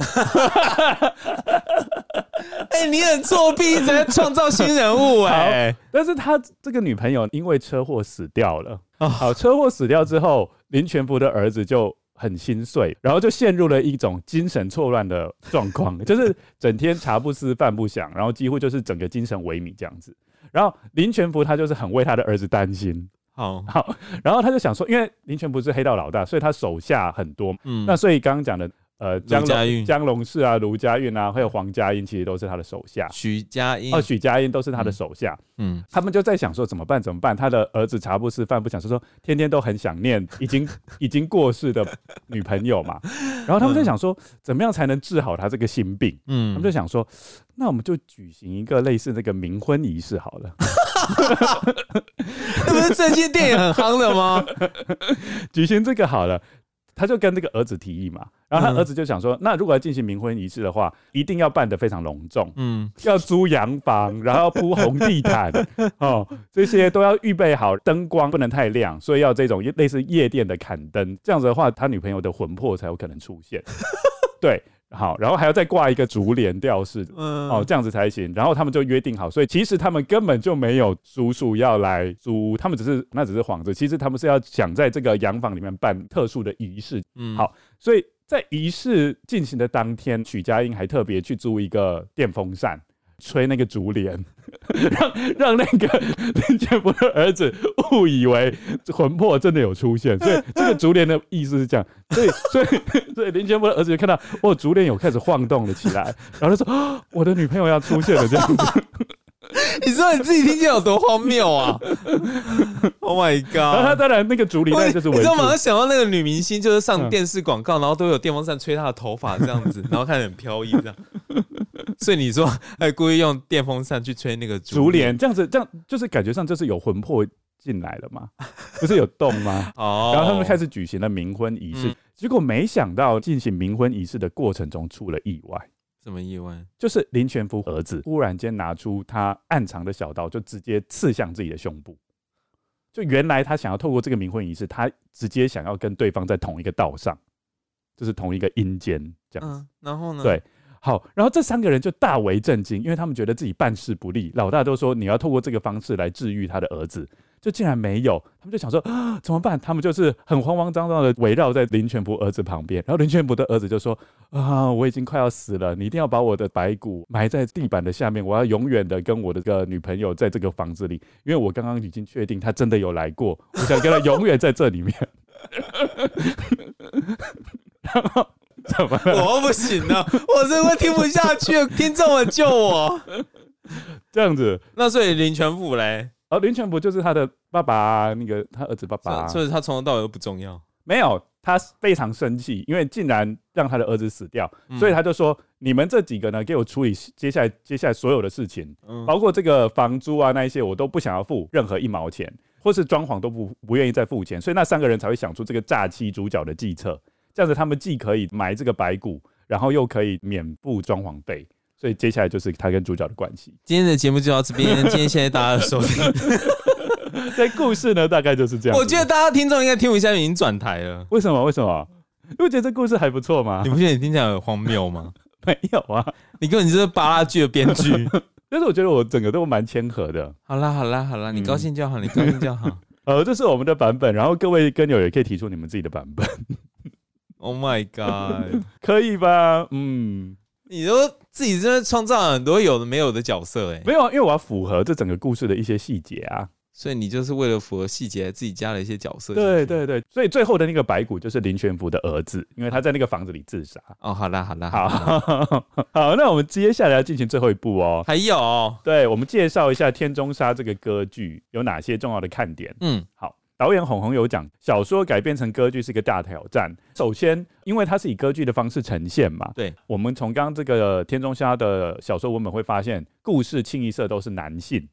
哎、你很作弊，一直在创造新人物哎、
但是他这个女朋友因为车祸死掉了。
哦
好，车祸死掉之后，林全福的儿子就很心碎，然后就陷入了一种精神错乱的状 况，就是整天茶不思饭不想，然后几乎就是整个精神萎靡这样子。然后林全福他就是很为他的儿子担心，
好，
然后他就想说，因为林全福是黑道老大，所以他手下很多，
嗯，
那所以刚刚讲的呃江
家
龙
韵
江龙氏啊、卢家韵啊，还有黄家英，其实都是他的手下，
徐佳音，
哦许家英都是他的手下。
嗯，
他们就在想说怎么办？怎么办？他的儿子茶不思饭不想，就说天天都很想 念已经已经过世的女朋友嘛。然后他们就想说，怎么样才能治好他这个心病？他
嗯
们就，想说，那我们就举行一个类似那个冥婚仪式好了，
那不是这些电影很夯的吗？
举行这个好了。他就跟这个儿子提议嘛，然后他
嗯
儿子就想说，那如果要进行冥婚仪式的话，一定要办得非常隆重，
嗯，
要租洋房，然后要铺红地毯，哦，这些都要预备好，灯光不能太亮，所以要这种类似夜店的砍灯，这样子的话，他女朋友的魂魄才有可能出现。对，好，然后还要再挂一个竹帘吊饰，哦
哦，，
这样子才行。然后他们就约定好，所以其实他们根本就没有叔叔要来租，他们只是那只是幌子，其实他们是要想在这个洋房里面办特殊的仪式，
嗯
好所以在仪式进行的当天，许佳音还特别去租一个电风扇。吹那个竹帘， 让让那个林建福的儿子误以为魂魄真的有出现，所以这个竹帘的意思是这样，所以 所以所以林建福的儿子就看到哦，竹帘有开始晃动了起来，然后他说、 啊我的女朋友要出现了这样子，
你知道你自己听见有多荒谬啊 ？Oh my
然后他
god！
当然那个竹篱带就是
哎你
围
知
住
道，吗？想到那个女明星，就是上
嗯
电视广告，然后都有电风扇吹她的头发这样 子，然后看着很飘逸这样。所以你说，哎，故意用电风扇去吹那个
竹帘这样子，这样就是感觉上就是有魂魄进来了嘛，不是有动吗？
哦，
然后他们开始举行了冥婚仪式，
嗯
结果没想到进行冥婚仪式的过程中出了意外，
什么意外？
就是林全福儿子忽然间拿出他暗藏的小刀，就直接刺向自己的胸部。就原来他想要透过这个冥婚仪式，他直接想要跟对方在同一个道上，就是同一个阴间这样子。
嗯，然后呢？
对，好，然后这三个人就大为震惊，因为他们觉得自己办事不力，老大都说你要透过这个方式来治愈他的儿子，就竟然没有，他们就想说 啊怎么办？他们就是很慌慌张张的围绕在林全福儿子旁边，然后林全福的儿子就说啊我已经快要死了，你一定要把我的白骨埋在地板的下面，我要永远的跟我的这个女朋友在这个房子里，因为我刚刚已经确定她真的有来过，我想跟她永远在这里面。然后怎么了？
我不行了，我这会听不下 去，听众们救我。
这样子，
那所以林全富嘞，
而林全博就是他的爸爸啊，那个他儿子爸爸啊、
所以他从头到尾都不重要。
没有，他非常生气，因为竟然让他的儿子死掉，所以他就说：“你们这几个呢，给我处理接下来接下来所有的事情，
嗯
包括这个房租啊那一些，我都不想要付任何一毛钱，或是装潢都不不愿意再付钱，所以那三个人才会想出这个诈欺主角的计策，这样子他们既可以埋这个白骨，然后又可以免付装潢费，所以接下来就是他跟主角的关系。
今天的节目就到这边，今天谢谢大家的收听。
这故事呢，大概就是这样子。
我觉得大家听众应该听不下去，已经转台了。
为什么？为什么？因为我觉得这故事还不错嘛
你。不觉得你听起来很荒谬吗？
没有啊，
你根本就是巴拉剧的编 剧。
但是我觉得我整个都蛮谦和的。
好啦好啦好
嗯
啦，你高兴就好，你高兴就 好。
呃，这是我们的版本，然后各位跟友也可以提出你们自己的版本，
Oh my god！
可以吧？嗯，
你都自己真的创造了很多有的没有的角色哎、
没有啊，因为我要符合这整个故事的一些细节啊。
所以你就是为了符合细节，自己加了一些角色。
对。对对，所以最后的那个白骨就是林全福的儿子，因为他在那个房子里自杀。
哦，好啦好啦
好
啦
好，那我们接下来要进行最后一步哦。
还有，
对，我们介绍一下《天中杀》这个歌剧有哪些重要的看点。
嗯
好，导演洪宏有讲，小说改编成歌剧是一个大挑战。首先，因为它是以歌剧的方式呈现嘛，
对，
我们从刚刚这个天中虾的小说文本会发现，故事清一色都是男性。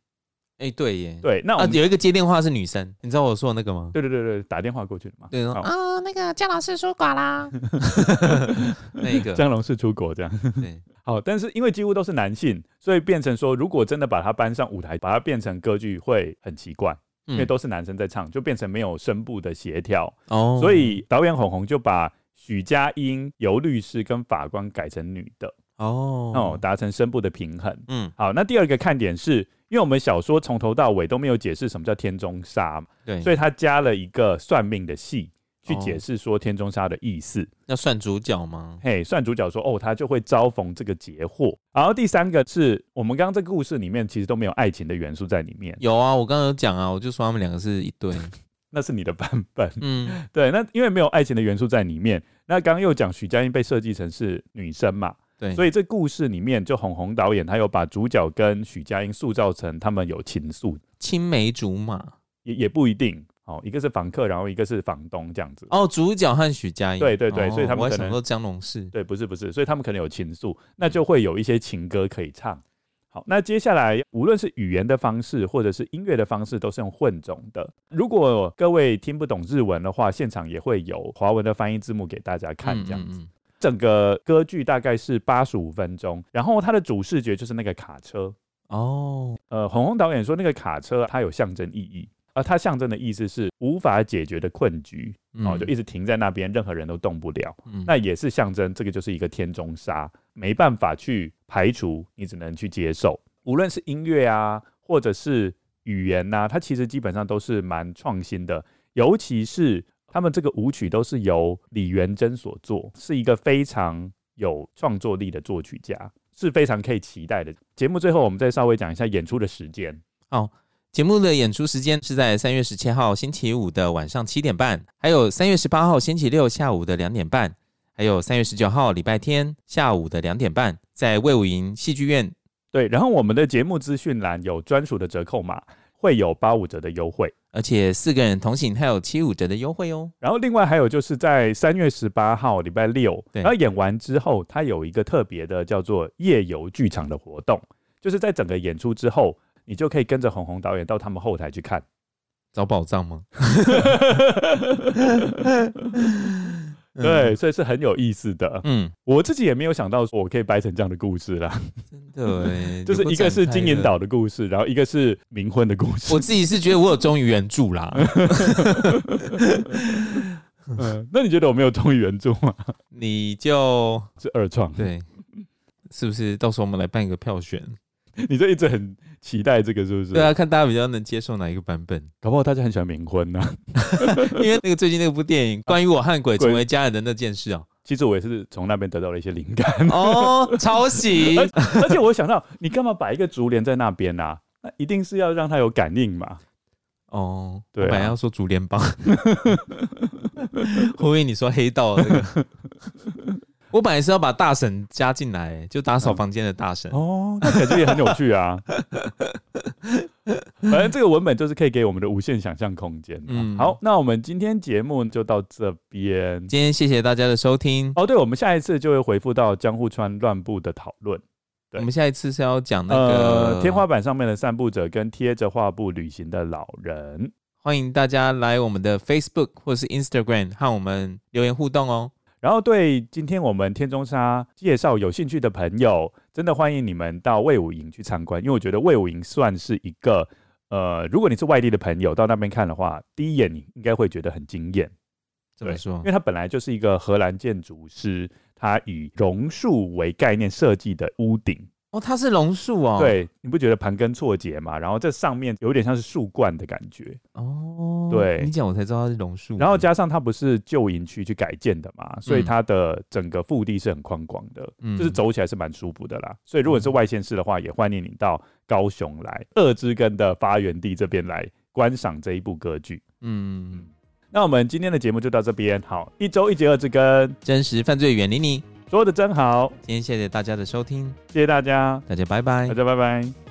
哎、对耶，
对，那我
啊，
们、
有一个接电话是女生，你知道我说的那个吗？
对对对对，打电话过去了嘛，
对，然哦后
好，
啊，那个姜老师说寡啦，
那一个，
江龙是出国这样。
对，
好，但是因为几乎都是男性，所以变成说，如果真的把它搬上舞台，把它变成歌剧会很奇怪，因
嗯
为都是男生在唱，就变成没有声部的协调。
哦
所以导演红红就把许佳音、尤律师跟法官改成女的，
哦
哦，，达成声部的平衡。
嗯，
好，那第二个看点是，因为我们小说从头到尾都没有解释什么叫天中杀嘛，
对，
所
所以
以他加了一个算命的戏去
哦
解释说天中杀的意思。
要算主角吗？
嘿，算主角说哦，他就会遭逢这个劫祸。然后第三个是我们刚刚这个故事里面其实都没有爱情的元素在里面，
有啊，我刚刚有讲啊，我就说他们两个是一 对，
那是你的版本。
嗯，
对，那因为没有爱情的元素在里面，那刚刚又讲许佳音被设计成是女生嘛，
对，
所
以
以这故事里面就红红导演他有把主角跟许佳音塑造成他们有情愫，
青梅竹马
也也不一定哦，一个是房客，然后一个是房东这样子。
哦，主角和许佳莹，
对对对
哦
所以他们
我还
可能
想说江龙是，
对，不是不是，所以他们可能有情愫，
嗯
那就会有一些情歌可以唱。好，那接下来无论是语言的方式，或者是音乐的方式，都是用混种的。如果各位听不懂日文的话，现场也会有华文的翻译字幕给大家看，
嗯
这样子。
嗯嗯
整个歌剧大概是八十五分钟，然后它的主视觉就是那个卡车。
哦，
呃，红红导演说那个卡车它有象征意义，而它象征的意思是无法解决的困局，哦，就一
直，
直停在那边，任何人都动不了。
嗯
那也是象征这个就是一个天中杀，没办法去排除，你只能去接受。无论是音乐啊，或者是语言呐、它其实基本上都是蛮创新的，尤其是他们这个舞曲都是由李元珍所作，是一个非常有创作力的作曲家，是非常可以期待的。节目最后，我们再稍微讲一下演出的时间。
节目的演出时间是在三月十七号星期五的晚上七点半，还有三月十八号星期六下午的两点半，还有三月十九号礼拜天下午的两点半，在魏武营戏剧院。
对，然后我们的节目资讯栏有专属的折扣码，会有八五折的优惠。
而且四个人同行还有七五折的优惠哦。
然后另外还有就是在三月十八号礼拜六，
对
然后演完之后，它有一个特别的叫做夜游剧场的活动，就是在整个演出之后，你就可以跟着红红导演到他们后台去看。
找宝藏吗？嗯
对，，所以是很有意思的。
嗯，
我自己也没有想到说我可以掰成这样的故事 啦，
真的 哎，
就是一个是金银
岛。
岛的故事，然后一个是冥婚的故事
我。自己是觉得我有忠于原著啦，
嗯，那你觉得我没有忠于原著吗？
你就是
二创。
对，是不是？到时候我们来办一个票选，
你就一直很期待这个，是不是？
对，啊，看大家比较能接受哪一个版本。
搞不好大家很喜欢冥婚呢、
因为那个最近那部电影，关于我和鬼
鬼
成为家人的那件事 啊，
其实我也是从那边得到了一些灵感，
哦，抄 袭，
而且我想到，你干嘛摆一个竹帘在那边啊？那一定是要让它有感应嘛。
哦，
对啊
我本来要说竹联帮， 后面你说黑道那个，我本来是要把大婶加进来，就打扫房间的大婶。
嗯哦，那感觉也很有趣 啊。反正这个文本就是可以给我们的无限想象空间。嗯，
嗯
好，那我们今天节目就到这边。
今天谢谢大家的收听，
哦，对，我们下一次就会回复到江户川乱步的讨论。对
我们下一次是要讲那个
呃，天花板上面的散步者跟贴着画布旅行的老人。
欢迎大家来我们的 Facebook 或是 Instagram 和我们留言互动哦。
然后对今天我们天中沙介绍有兴趣的朋友，真的欢迎你们到魏武营去参观，因为我觉得魏武营算是一个，呃，如果你是外地的朋友到那边看的话，第一眼你应该会觉得很惊艳，
怎么说
因？为它本来就是一个荷兰建筑师，他以榕树为概念设计的屋顶。
哦，它是榕树哦。，
对，你不觉得盘根错节吗？然后这上面有点像是树冠的感觉，
哦，
对
你讲我才知道它是榕树。
然后加上它不是旧营区去改建的嘛，所以
嗯
它的整个腹地是很宽广的，
嗯
就是走起来是蛮舒服的啦。所以如果你嗯是外县市的话，也欢迎你到高雄来二之根的发源地这边来观赏这一部歌剧。
嗯，
那我们今天的节目就到这边，好，一周一节二之根，
真实犯罪远离你。
说的真好，
今天谢谢大家的收听，
谢谢大家，
大家拜拜
大。家拜拜。